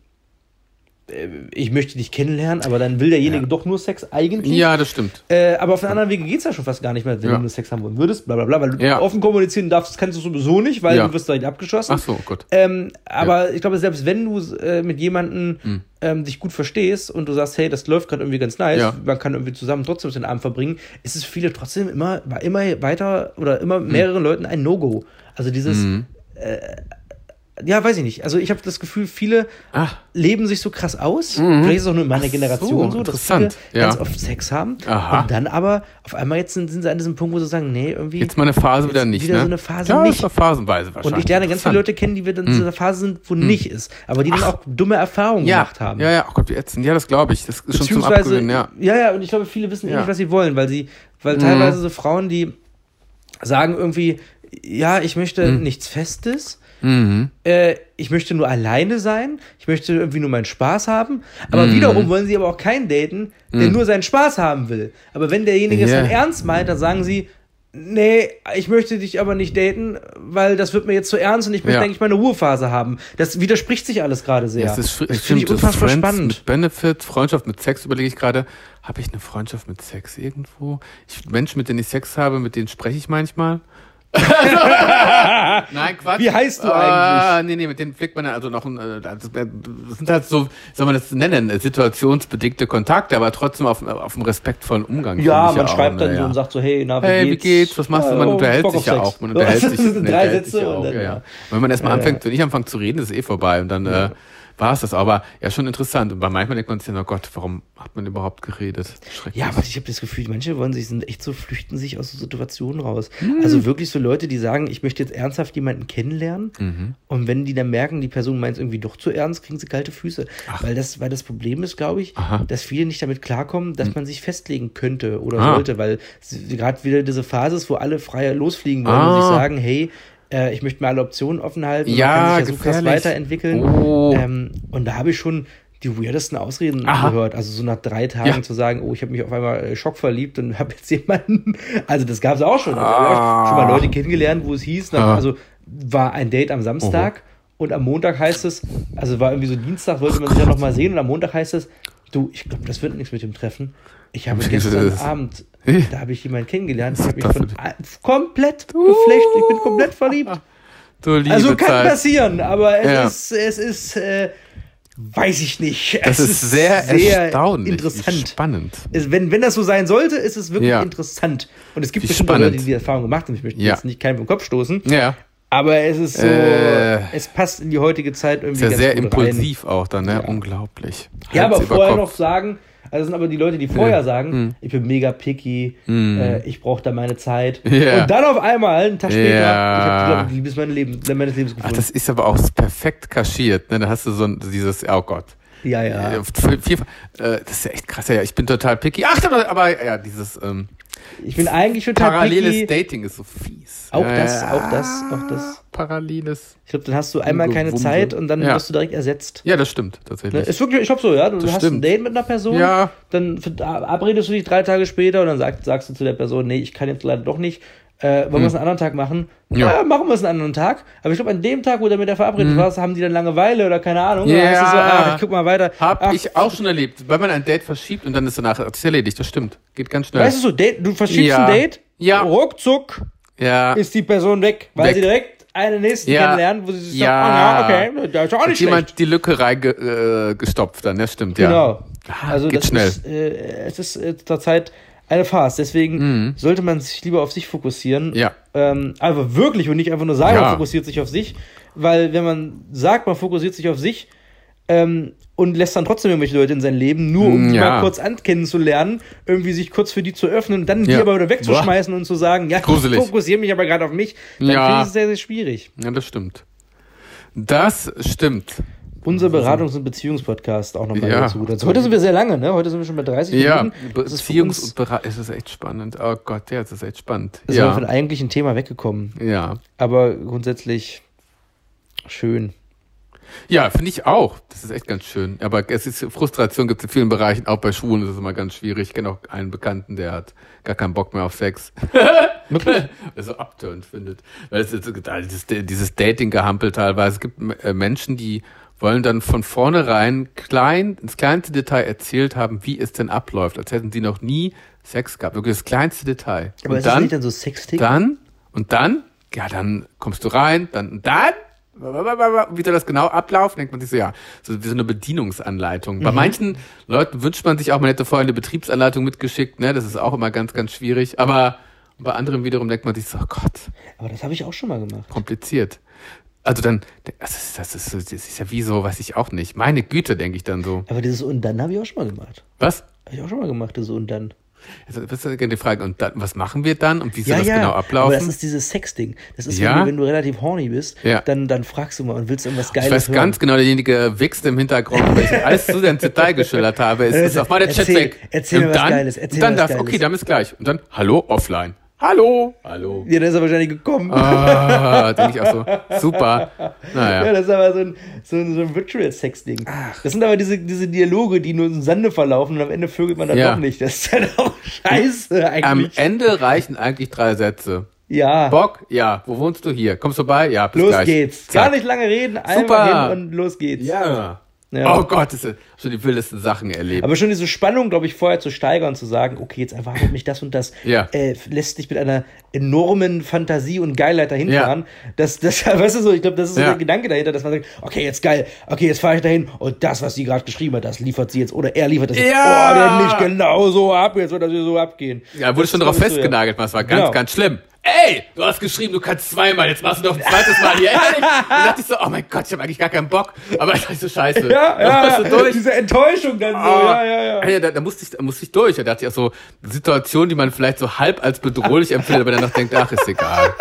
S2: äh, ich möchte dich kennenlernen, aber dann will derjenige doch nur Sex eigentlich.
S1: Ja, das stimmt.
S2: Äh, aber auf den anderen Wege geht es ja schon fast gar nicht mehr, wenn
S1: Ja.
S2: du nur Sex haben wollen würdest, bla bla bla, weil du
S1: Ja.
S2: offen kommunizieren darfst, kannst du sowieso nicht, weil
S1: Ja.
S2: du wirst direkt abgeschossen.
S1: Ach so, oh gut.
S2: Ähm, aber ich glaube, selbst wenn du äh, mit jemandem
S1: Hm.
S2: ähm, dich gut verstehst und du sagst, hey, das läuft gerade irgendwie ganz nice,
S1: Ja.
S2: man kann irgendwie zusammen trotzdem den Abend verbringen, ist es für viele trotzdem immer, war immer weiter oder immer
S1: Hm.
S2: mehreren Leuten ein No-Go. Also dieses, äh, ja, weiß ich nicht. Also ich habe das Gefühl, viele
S1: Ach.
S2: leben sich so krass aus. Vielleicht ist es auch nur in meiner Generation so, dass viele
S1: Mhm. interessant. Ja.
S2: ganz oft Sex haben
S1: Aha.
S2: und dann aber auf einmal jetzt sind, sind sie an diesem Punkt, wo sie sagen, nee, irgendwie.
S1: Jetzt mal eine Phase wieder
S2: Jetzt
S1: nicht.
S2: wieder
S1: ne?
S2: so eine Phase
S1: ja,
S2: nicht.
S1: Das war phasenweise wahrscheinlich. Hm.
S2: Und ich lerne ganz viele Leute kennen, die wir dann in dieser Phase sind, wo nicht ist. Aber die dann auch dumme Erfahrungen
S1: ja.
S2: gemacht haben.
S1: Ja, ja, oh Gott, wie ätzend. Ja, das glaube ich. Das ist schon zum
S2: Beziehungsweise,
S1: Abgewöhnen, ja.
S2: ja, und ich glaube, viele wissen eh
S1: Ja. Mhm.
S2: nicht, was sie wollen, weil sie, weil teilweise so Frauen, die sagen irgendwie, ja, ich möchte
S1: Mhm.
S2: nichts Festes, äh, ich möchte nur alleine sein, ich möchte irgendwie nur meinen Spaß haben, aber
S1: Mhm.
S2: wiederum wollen sie aber auch keinen daten, der nur seinen Spaß haben will. Aber wenn derjenige es
S1: Ja.
S2: dann ernst meint, dann sagen sie, Nee, ich möchte dich aber nicht daten, weil das wird mir jetzt zu ernst und ich möchte
S1: Ja.
S2: eigentlich meine Ruhephase haben. Das widerspricht sich alles gerade sehr.
S1: Das ist fr-
S2: das
S1: stimmt,
S2: finde ich unfassbar
S1: Friends
S2: spannend.
S1: mit Benefit, Freundschaft mit Sex, überlege ich gerade, habe ich eine Freundschaft mit Sex irgendwo? Ich, Menschen, mit denen ich Sex habe, mit denen spreche ich
S2: [laughs]
S1: manchmal. Nein, Quatsch.
S2: Wie heißt du
S1: Ah, nee, nee, mit denen pflegt man ja also noch ein, äh, das das sind halt so, wie soll man das nennen, situationsbedingte Kontakte, aber trotzdem auf, auf einem respektvollen Umgang.
S2: Ja,
S1: finde ich
S2: man
S1: auch,
S2: schreibt
S1: ne,
S2: dann so
S1: ja.
S2: und sagt so, hey, na, wie
S1: Hey,
S2: geht's?
S1: wie geht's? Was machst du? Man
S2: Ja, oh,
S1: unterhält
S2: Bock auf
S1: sich ja
S2: Sex.
S1: auch. Man
S2: [laughs]
S1: unterhält
S2: Das
S1: sich.
S2: sind
S1: man
S2: drei
S1: unterhält sich
S2: Sätze
S1: ja
S2: und
S1: auch,
S2: dann,
S1: ja,
S2: ja.
S1: ja. Wenn man erstmal anfängt, wenn ich anfange zu reden, ist es eh vorbei und dann äh, war es das. Aber ja, schon interessant. Und bei manchmal denkt man sich, oh Gott, warum hat man überhaupt geredet? Schrecklich.
S2: Ja, aber ich habe das Gefühl, manche wollen sich, sind echt so, flüchten sich aus so Situationen raus.
S1: Mhm.
S2: Also wirklich so Leute, die sagen, ich möchte jetzt ernsthaft jemanden kennenlernen.
S1: Mhm.
S2: Und wenn die dann merken, die Person meint es irgendwie doch zu ernst, kriegen sie kalte Füße. Weil das, weil das Problem ist, glaube ich,
S1: Aha. Mhm.
S2: dass viele nicht damit klarkommen, dass man sich festlegen könnte oder
S1: Ah.
S2: sollte, weil es gerade wieder diese Phase ist, wo alle frei losfliegen wollen und sich
S1: Ah.
S2: sagen, hey, äh, ich möchte mir alle Optionen offen halten, und
S1: Ja,
S2: man kann sich ja so krass
S1: gefährlich.
S2: weiterentwickeln.
S1: Oh.
S2: Ähm, und da habe ich schon die weirdesten Ausreden
S1: Aha.
S2: gehört. Also so nach drei Tagen
S1: Ja.
S2: zu sagen, oh, ich habe mich auf einmal äh, schockverliebt und habe jetzt jemanden. [laughs] Also das gab es auch schon. Also, ich
S1: Ah.
S2: hab schon mal Leute kennengelernt, wo es hieß, na,
S1: Ah.
S2: also war ein Date am Samstag und am Montag heißt es, also war irgendwie so Dienstag, wollte man sich ja noch mal sehen und am Montag heißt es, du, ich glaube, das wird nichts mit dem Treffen.
S1: [laughs]
S2: Ich habe
S1: Das
S2: gestern
S1: ist-
S2: Abend,
S1: Hä?
S2: da habe ich jemanden kennengelernt, ich habe mich
S1: Das-
S2: von, a- komplett geflecht, ich bin komplett verliebt.
S1: [laughs] du liebe
S2: Also kann
S1: Zeit.
S2: passieren, aber es
S1: Ja.
S2: ist, es ist, äh, weiß ich nicht.
S1: Das
S2: es
S1: ist sehr, erstaunlich. wie
S2: interessant.
S1: Spannend.
S2: Es, wenn, wenn das so sein sollte, ist es wirklich
S1: Ja.
S2: interessant. Und es gibt
S1: Wie
S2: bestimmt auch
S1: spannend.
S2: Leute, die die Erfahrung gemacht haben. Ich möchte
S1: Ja.
S2: jetzt nicht keinem vom Kopf stoßen,
S1: Ja,
S2: aber es ist so,
S1: Äh.
S2: es passt in die heutige Zeit irgendwie
S1: ist ja
S2: ganz
S1: sehr
S2: gut Rein.
S1: impulsiv auch dann, ne? Unglaublich.
S2: Ja,
S1: Hals
S2: aber
S1: über
S2: vorher noch
S1: Kopf. Hm.
S2: sagen, also das sind aber die Leute, die vorher sagen, ich bin mega picky, äh, ich brauche da meine Zeit.
S1: Ja.
S2: Und dann auf einmal, einen Tag später,
S1: Ja.
S2: ich habe die Leute, die Liebes meines Lebens, meines Lebens
S1: Ach,
S2: gefunden.
S1: das ist aber auch perfekt kaschiert, ne? Da hast du so ein, dieses, oh Gott.
S2: ja, ja.
S1: Äh, vier- vier- äh, Das ist ja echt krass. Ja, ja, ich bin total picky. Ach, aber, aber ja, dieses ähm,
S2: Ich bin eigentlich total
S1: paralleles
S2: picky.
S1: Dating ist so fies.
S2: Auch
S1: ja,
S2: das,
S1: ja, Ah,
S2: auch das, auch das.
S1: Paralleles.
S2: Ich glaube, dann hast du einmal keine
S1: Umgewummel.
S2: Zeit und dann
S1: Ja.
S2: wirst du direkt ersetzt.
S1: Ja, das stimmt
S2: Ne?
S1: tatsächlich.
S2: Ist wirklich, ich glaube so, ja. Du hast ein
S1: stimmt.
S2: Date mit einer Person,
S1: Ja.
S2: dann verabredest du dich drei Tage später und dann sag, sagst du zu der Person, nee, ich kann jetzt leider doch nicht. Äh, wollen wir es einen anderen Tag machen?
S1: Hm. Ja. Hm.
S2: Ja, machen wir es einen anderen Tag. Aber ich glaube, an dem Tag, wo du mit der verabredet warst, haben die dann Langeweile oder keine Ahnung. Dann
S1: Ja.
S2: heißt es so, ach, ich guck mal weiter.
S1: Hab
S2: ach,
S1: ich auch schon erlebt, wenn man ein Date verschiebt und dann ist danach das ist erledigt. Das stimmt. Geht ganz schnell.
S2: Weißt du so, Date, du verschiebst
S1: Ja.
S2: ein Date,
S1: Ja.
S2: ruckzuck
S1: ja.
S2: ist die Person weg, weil
S1: Weg.
S2: sie direkt einen nächsten
S1: Ja.
S2: kennenlernen, wo sie sich
S1: Ja.
S2: sagt, ah, na, okay, da ist ja auch
S1: Hat
S2: nicht schlecht.
S1: jemand die Lücke reingestopft äh, gestopft dann, das stimmt, ja.
S2: Genau.
S1: Ah,
S2: Also
S1: geht
S2: das
S1: schnell.
S2: ist, äh, es ist äh, zurzeit eine Farce. Deswegen sollte man sich lieber auf sich fokussieren.
S1: Mhm. Ja.
S2: Ähm, aber wirklich und nicht einfach nur sagen,
S1: Ja.
S2: man fokussiert sich auf sich. Weil wenn man sagt, man fokussiert sich auf sich, ähm, und lässt dann trotzdem irgendwelche Leute in sein Leben, nur um die
S1: Mm, Ja.
S2: mal kurz ankennenzulernen, irgendwie sich kurz für die zu öffnen und dann die
S1: Ja.
S2: aber wieder wegzuschmeißen und zu sagen, ja,
S1: Gruselig.
S2: ich fokussiere mich aber gerade auf mich, dann
S1: Ja.
S2: finde ich es sehr, sehr schwierig.
S1: Ja, das stimmt. Das stimmt.
S2: Unser Beratungs- und Beziehungspodcast auch nochmal
S1: Mhm. Ja.
S2: dazu. Also heute sind wir sehr lange, ne? Heute sind wir schon bei 30
S1: Ja,
S2: Minuten. Mhm. Das ist für
S1: Beziehungs-
S2: uns-
S1: und Bera- es ist echt spannend. Oh Gott, ja, es ist echt spannend.
S2: Da sind wir von
S1: Ja,
S2: dem eigentlichen Thema weggekommen.
S1: ja.
S2: Aber grundsätzlich schön.
S1: ja finde ich auch. Das ist echt ganz schön. Aber es ist Frustration gibt es in vielen Bereichen. Auch bei Schwulen ist es immer ganz schwierig. Ich kenne auch einen Bekannten, der hat gar keinen Bock mehr auf Sex. [laughs]
S2: Wirklich?
S1: also abtörend findet. Weil es ist, dieses, dieses Dating-Gehampel teilweise. Es gibt äh, Menschen, die wollen dann von vornherein klein, ins kleinste Detail erzählt haben, wie es denn abläuft. Als hätten sie noch nie Sex gehabt. Wirklich das kleinste Detail.
S2: Aber
S1: Und
S2: ist das
S1: dann,
S2: nicht dann so sextig?
S1: dann, und dann, ja, dann kommst du rein, dann, und dann, wie soll das genau ablaufen? Denkt man sich so, ja, so wie so eine Bedienungsanleitung.
S2: Mhm.
S1: Bei manchen Leuten wünscht man sich auch, man hätte vorher eine Betriebsanleitung mitgeschickt, ne, das ist auch immer ganz, ganz schwierig, aber bei anderen wiederum denkt man sich so, oh Gott,
S2: Aber das habe ich auch schon mal gemacht.
S1: kompliziert. Also dann, das ist, das ist, so- das ist ja wie so, weiß ich auch nicht. Meine Güte, denke ich dann so.
S2: Aber dieses und dann habe ich auch schon mal gemacht.
S1: Was?
S2: Habe ich auch schon mal gemacht, dieses und dann.
S1: Also, das ist die Frage, und dann, was machen wir dann? Und wie soll das genau ablaufen?
S2: Aber das ist dieses Sex-Ding. Das ist,
S1: Ja?
S2: wenn, du, wenn du relativ horny bist,
S1: Ja.
S2: dann, dann fragst du mal und willst irgendwas Geiles
S1: Ich weiß
S2: hören.
S1: ganz genau, derjenige wächst im Hintergrund, weil ich alles zu sehr ins Detail geschildert habe. Es ist auf meiner Chat
S2: Äh, Erzähl-
S1: weg.
S2: erzähl mir was Geiles, erzähl
S1: und dann
S2: mir was
S1: darf, okay,
S2: Geiles.
S1: dann ist gleich. Und dann, hallo, offline. Hallo, hallo.
S2: ja, der ist er wahrscheinlich gekommen.
S1: Ah, denke ich auch so. Super.
S2: Ja,
S1: Naja.
S2: das ist aber so ein, so ein, so ein Virtual-Sex-Ding. Das sind aber diese, diese Dialoge, die nur im Sande verlaufen und am Ende vögelt man dann
S1: Ja. Hm. Ähm,
S2: doch nicht. Das ist dann auch scheiße
S1: Am
S2: eigentlich.
S1: Ende reichen eigentlich drei Sätze.
S2: ja,
S1: Bock? Ja. Wo wohnst du hier? Kommst du vorbei? Ja, bis
S2: los
S1: gleich.
S2: geht's.
S1: Zack.
S2: Gar nicht lange reden, einmal
S1: Super.
S2: hin und los geht's.
S1: Ja.
S2: Ja.
S1: Oh Gott, das sind schon die wildesten Sachen erlebt.
S2: Aber schon diese Spannung, glaube ich, vorher zu steigern, zu sagen, okay, jetzt erwartet mich das und das,
S1: Ja.
S2: äh, lässt dich mit einer enormen Fantasie und Geilheit dahin fahren. Das, das, [laughs] weißt du so, ich glaube, das ist so
S1: Ja.
S2: der Gedanke dahinter, dass man sagt, okay, jetzt geil, okay, jetzt fahre ich dahin und das, was sie gerade geschrieben hat, das liefert sie jetzt oder er liefert das jetzt.
S1: Ja.
S2: Oh, der nicht genau so ab, jetzt wird das hier so abgehen.
S1: Ja, wurde
S2: Das
S1: schon darauf
S2: glaub ich so, ja.
S1: festgenagelt, was war ganz,
S2: Genau.
S1: ganz schlimm. Ey, du hast geschrieben, du kannst zweimal, jetzt machst du noch ein zweites Mal hier. Ehrlich? Und dann dachte ich so, oh mein Gott, ich habe eigentlich gar keinen Bock. Aber das ist so scheiße.
S2: Ja,
S1: Da warst du
S2: ja, ja.
S1: durch. Ah. Oh.
S2: diese Enttäuschung dann so, ja, ja, ja.
S1: Ey, da, da musste ich, da musste ich durch. Da dachte ich auch so, Situationen, die man vielleicht so halb als bedrohlich empfindet, aber danach denkt, ach, ist egal.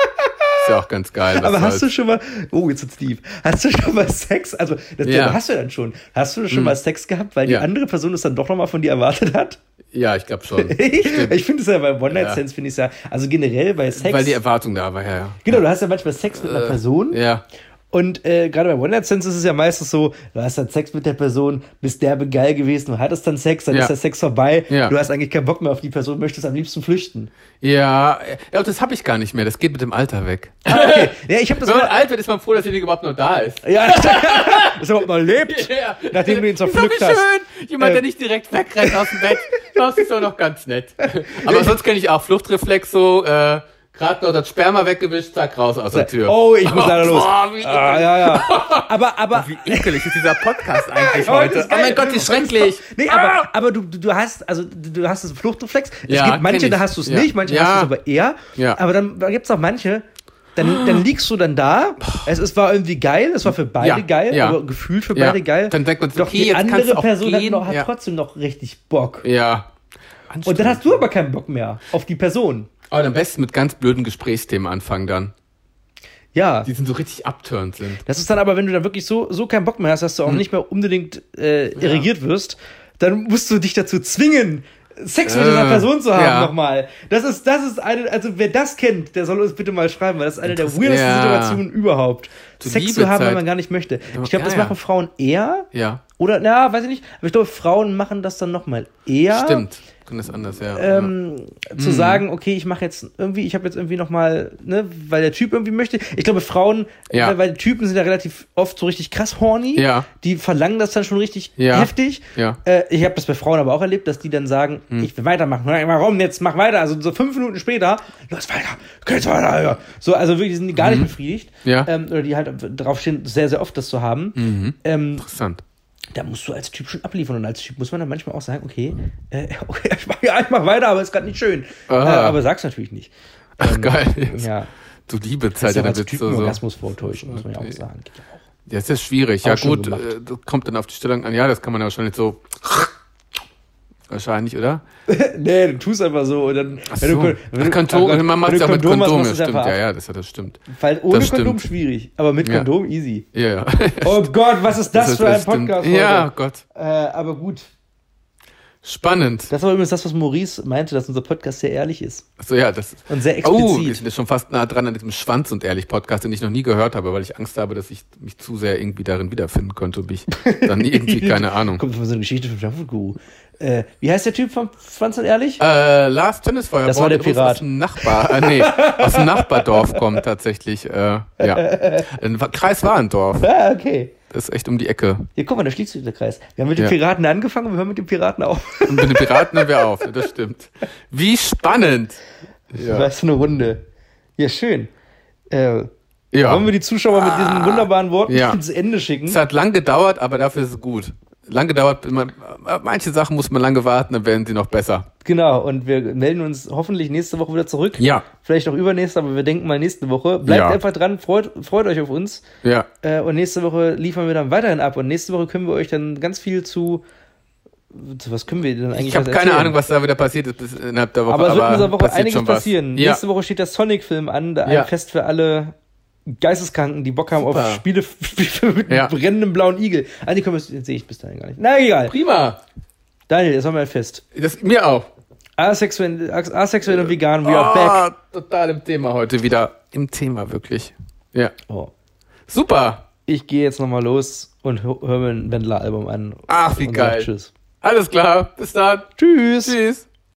S1: Ist ja auch ganz geil. was
S2: Aber hast du
S1: soll's.
S2: schon mal, oh, jetzt wird's deep, hast du schon mal Sex, also das
S1: Ja. Hm.
S2: hast du dann schon, hast du schon mal Sex gehabt, weil
S1: Ja.
S2: die andere Person es dann doch nochmal von dir erwartet hat? [laughs]
S1: Ja, ich glaube schon.
S2: ich finde es ja bei One-Night-Stands, finde ich ja, also generell bei Sex,
S1: Weil die Erwartung da war, ja, ja.
S2: genau, du hast ja manchmal Sex mit einer Person
S1: Ja.
S2: und äh, gerade bei One-Night-Stands ist es ja meistens so, du hast dann Sex mit der Person, bist derbe geil gewesen, du hattest dann Sex, dann
S1: Ja.
S2: ist der Sex vorbei,
S1: Ja.
S2: du hast eigentlich keinen Bock mehr auf die Person, möchtest am liebsten flüchten.
S1: Ja, ja, das habe ich gar nicht mehr. Das geht mit dem Alter weg.
S2: Ah,
S1: [laughs]
S2: okay, ja, ich habe das
S1: Wenn man
S2: mal...
S1: alt wird, ist man froh, dass derjenige überhaupt noch da ist.
S2: Ja, [laughs] dass er überhaupt noch lebt,
S1: Oh. [laughs] Ja.
S2: nachdem du ihn
S1: Ist doch
S2: zerpflückt
S1: wie
S2: hast. Äh.
S1: schön. Jemand, der nicht direkt wegrennt aus dem
S2: [laughs]
S1: Bett. Das ist doch noch ganz nett. Aber sonst kenne ich auch Fluchtreflex so, äh, gerade noch das Sperma weggewischt, zack, raus aus der Tür.
S2: Oh, ich
S1: [laughs]
S2: muss leider los.
S1: Boah, wie
S2: Ah, ja, ja. Aber, aber.
S1: Wie ekelig ist dieser Podcast eigentlich
S2: Ja, heute
S1: heute?
S2: ist
S1: Oh mein
S2: geil.
S1: Gott, wie schrecklich. Ah.
S2: Nee, aber, aber du, du du hast, also du du hast das Fluchtreflex. Es
S1: Ja,
S2: gibt manche,
S1: kenn ich.
S2: da hast du es
S1: Ja.
S2: nicht, manche
S1: Ja.
S2: hast du es aber eher.
S1: Ja.
S2: Aber dann gibt es auch manche, dann, dann liegst du dann da. Es, es war irgendwie geil, es war für beide
S1: Ja,
S2: geil,
S1: ja.
S2: aber gefühlt für
S1: Ja.
S2: beide geil.
S1: Dann denkt man sich,
S2: Doch
S1: okay,
S2: die
S1: jetzt kann's
S2: andere
S1: auch
S2: Person hat,
S1: gehen.
S2: noch, hat
S1: Ja.
S2: trotzdem noch richtig Bock.
S1: Ja.
S2: Und dann hast du aber keinen Bock mehr auf die Person.
S1: Aber Oh, am besten mit ganz blöden Gesprächsthemen anfangen dann.
S2: Ja.
S1: Die sind so richtig abturnt sind.
S2: Das ist dann aber, wenn du dann wirklich so, so keinen Bock mehr hast, dass du auch
S1: Hm.
S2: nicht mehr unbedingt äh, irrigiert wirst, dann musst du dich dazu zwingen, Sex mit
S1: Äh,
S2: dieser Person zu haben
S1: ja.
S2: nochmal. Das ist, das ist eine, also wer das kennt, der soll uns bitte mal schreiben, weil das ist eine der
S1: Interess-
S2: weirdesten
S1: Ja.
S2: Situationen überhaupt.
S1: Zur
S2: Sex zu haben,
S1: Liebezeit.
S2: wenn man gar nicht möchte. Ich glaube, das
S1: Ja, ja.
S2: machen Frauen eher.
S1: Ja.
S2: Oder, na, weiß ich nicht. Aber ich glaube, Frauen machen das dann nochmal eher.
S1: Stimmt. Können das anders, ja.
S2: Ähm,
S1: Mhm.
S2: zu sagen, okay, ich mache jetzt irgendwie, ich habe jetzt irgendwie nochmal, ne, weil der Typ irgendwie möchte. Ich glaube, Frauen,
S1: Ja.
S2: äh, weil Typen sind ja relativ oft so richtig krass horny.
S1: Ja.
S2: Die verlangen das dann schon richtig
S1: Ja.
S2: heftig.
S1: Ja. Mhm.
S2: Äh, ich habe das bei Frauen aber auch erlebt, dass die dann sagen, ich will weitermachen. Nein, Warum? Jetzt mach weiter. Also so fünf Minuten später, los weiter, geht's weiter. Ja. So, also wirklich die sind die gar nicht befriedigt.
S1: Mhm. Ja. Mhm.
S2: Ähm, oder die halt draufstehen, sehr, sehr oft das zu haben. Ähm,
S1: Interessant.
S2: da musst du als Typ schon abliefern. Und als Typ muss man dann manchmal auch sagen, okay, äh, [laughs] okay ich, mach, ja, ich mach weiter, aber ist gerade nicht schön. Äh,
S1: Ah.
S2: aber sag's natürlich nicht.
S1: Ach, geil.
S2: Ja.
S1: Du
S2: Das
S1: Liebezeit,
S2: ist
S1: ja,
S2: ja auch
S1: da
S2: als
S1: willst
S2: Typ
S1: du
S2: einen
S1: so.
S2: Orgasmus vortäuschen, muss man ja auch sagen. Geht ja auch.
S1: Das ist schwierig. Ja,
S2: Auch schon
S1: gut,
S2: gemacht.
S1: äh, das kommt dann auf die Stellung an. Ja, das kann man ja wahrscheinlich so. Wahrscheinlich, oder?
S2: Äh, nee, du tust einfach so. Und dann,
S1: Ach
S2: wenn
S1: so.
S2: du, wenn du,
S1: Ach, Kondom,
S2: wenn du
S1: man macht es ja mit
S2: Kondom machst,
S1: Kondom, ja,
S2: machst du es
S1: stimmt.
S2: einfach
S1: Ja,
S2: ab.
S1: ja, das, ja, das stimmt.
S2: Weil ohne
S1: Das
S2: Kondom
S1: stimmt.
S2: schwierig, aber mit
S1: Ja.
S2: Kondom easy.
S1: Ja, [laughs] ja.
S2: Oh Gott, was ist das, für ein
S1: stimmt.
S2: Podcast
S1: Ja,
S2: heute?
S1: Gott.
S2: Äh, aber gut.
S1: Spannend.
S2: Das war übrigens das, was Maurice meinte, dass unser Podcast sehr ehrlich ist
S1: So, ja, das.
S2: und sehr
S1: Oh,
S2: explizit.
S1: ich bin schon fast nah dran an diesem Schwanz und ehrlich Podcast, den ich noch nie gehört habe, weil ich Angst habe, dass ich mich zu sehr irgendwie darin wiederfinden könnte und mich
S2: [laughs]
S1: dann irgendwie, keine Ahnung.
S2: Kommt von so einer Geschichte vom Junkfood Guru. Äh, wie heißt der Typ von Franz und Ehrlich?
S1: Äh, Lars Tennisfeuer.
S2: Das war der Pirat.
S1: Aus dem Nachbar, äh, nee, aus dem Nachbardorf kommt tatsächlich, äh, ja. Ein Wa- Kreis Warendorf.
S2: Ah, okay.
S1: Das ist echt um die Ecke.
S2: Ja, guck mal, da schließt sich der Kreis. Wir haben mit den
S1: Ja.
S2: Piraten angefangen und wir hören mit den Piraten auf.
S1: Und mit den Piraten hören wir auf, das stimmt. Wie spannend. [laughs] Ja.
S2: Was für eine Runde. Ja, schön. Äh,
S1: ja. Ah.
S2: Wollen wir die Zuschauer mit diesen wunderbaren Worten
S1: Ja.
S2: ins Ende schicken?
S1: Es hat lang gedauert, aber dafür ist es gut. Lang gedauert, bis man, manche Sachen muss man lange warten, dann werden sie noch besser.
S2: Genau, und wir melden uns hoffentlich nächste Woche wieder zurück.
S1: Ja.
S2: Vielleicht auch übernächste, aber wir denken mal nächste Woche. Bleibt
S1: Ja.
S2: einfach dran, freut, freut euch auf uns.
S1: Ja.
S2: Äh, und nächste Woche liefern wir dann weiterhin ab. Und nächste Woche können wir euch dann ganz viel zu. zu was können wir denn eigentlich
S1: Ich habe
S2: was
S1: keine
S2: erzählen?
S1: Ahnung, was da wieder passiert ist bis innerhalb der Woche.
S2: Aber es wird in dieser Woche
S1: passiert
S2: einiges
S1: schon was.
S2: passieren.
S1: Ja.
S2: Nächste Woche steht der Sonic-Film an, da
S1: Ja.
S2: ein Fest für alle Geisteskranken, die Bock haben
S1: Super.
S2: auf Spiele, [laughs] Spiele mit
S1: Ja.
S2: brennendem blauen Igel. Ah, die können wir, den sehe ich bis dahin gar nicht. Na, egal.
S1: Prima.
S2: Daniel, jetzt haben wir ein Fest.
S1: Das, mir auch.
S2: Asexuell, asexuell und vegan, we are back.
S1: Ah, total im Thema heute wieder. Im Thema wirklich. Ja.
S2: Oh.
S1: Super.
S2: Ich gehe jetzt nochmal los und hö- höre mir ein Wendler-Album an.
S1: Ach, wie
S2: Und sag
S1: geil.
S2: Tschüss.
S1: Alles klar. Bis dann.
S2: Tschüss.
S1: Tschüss.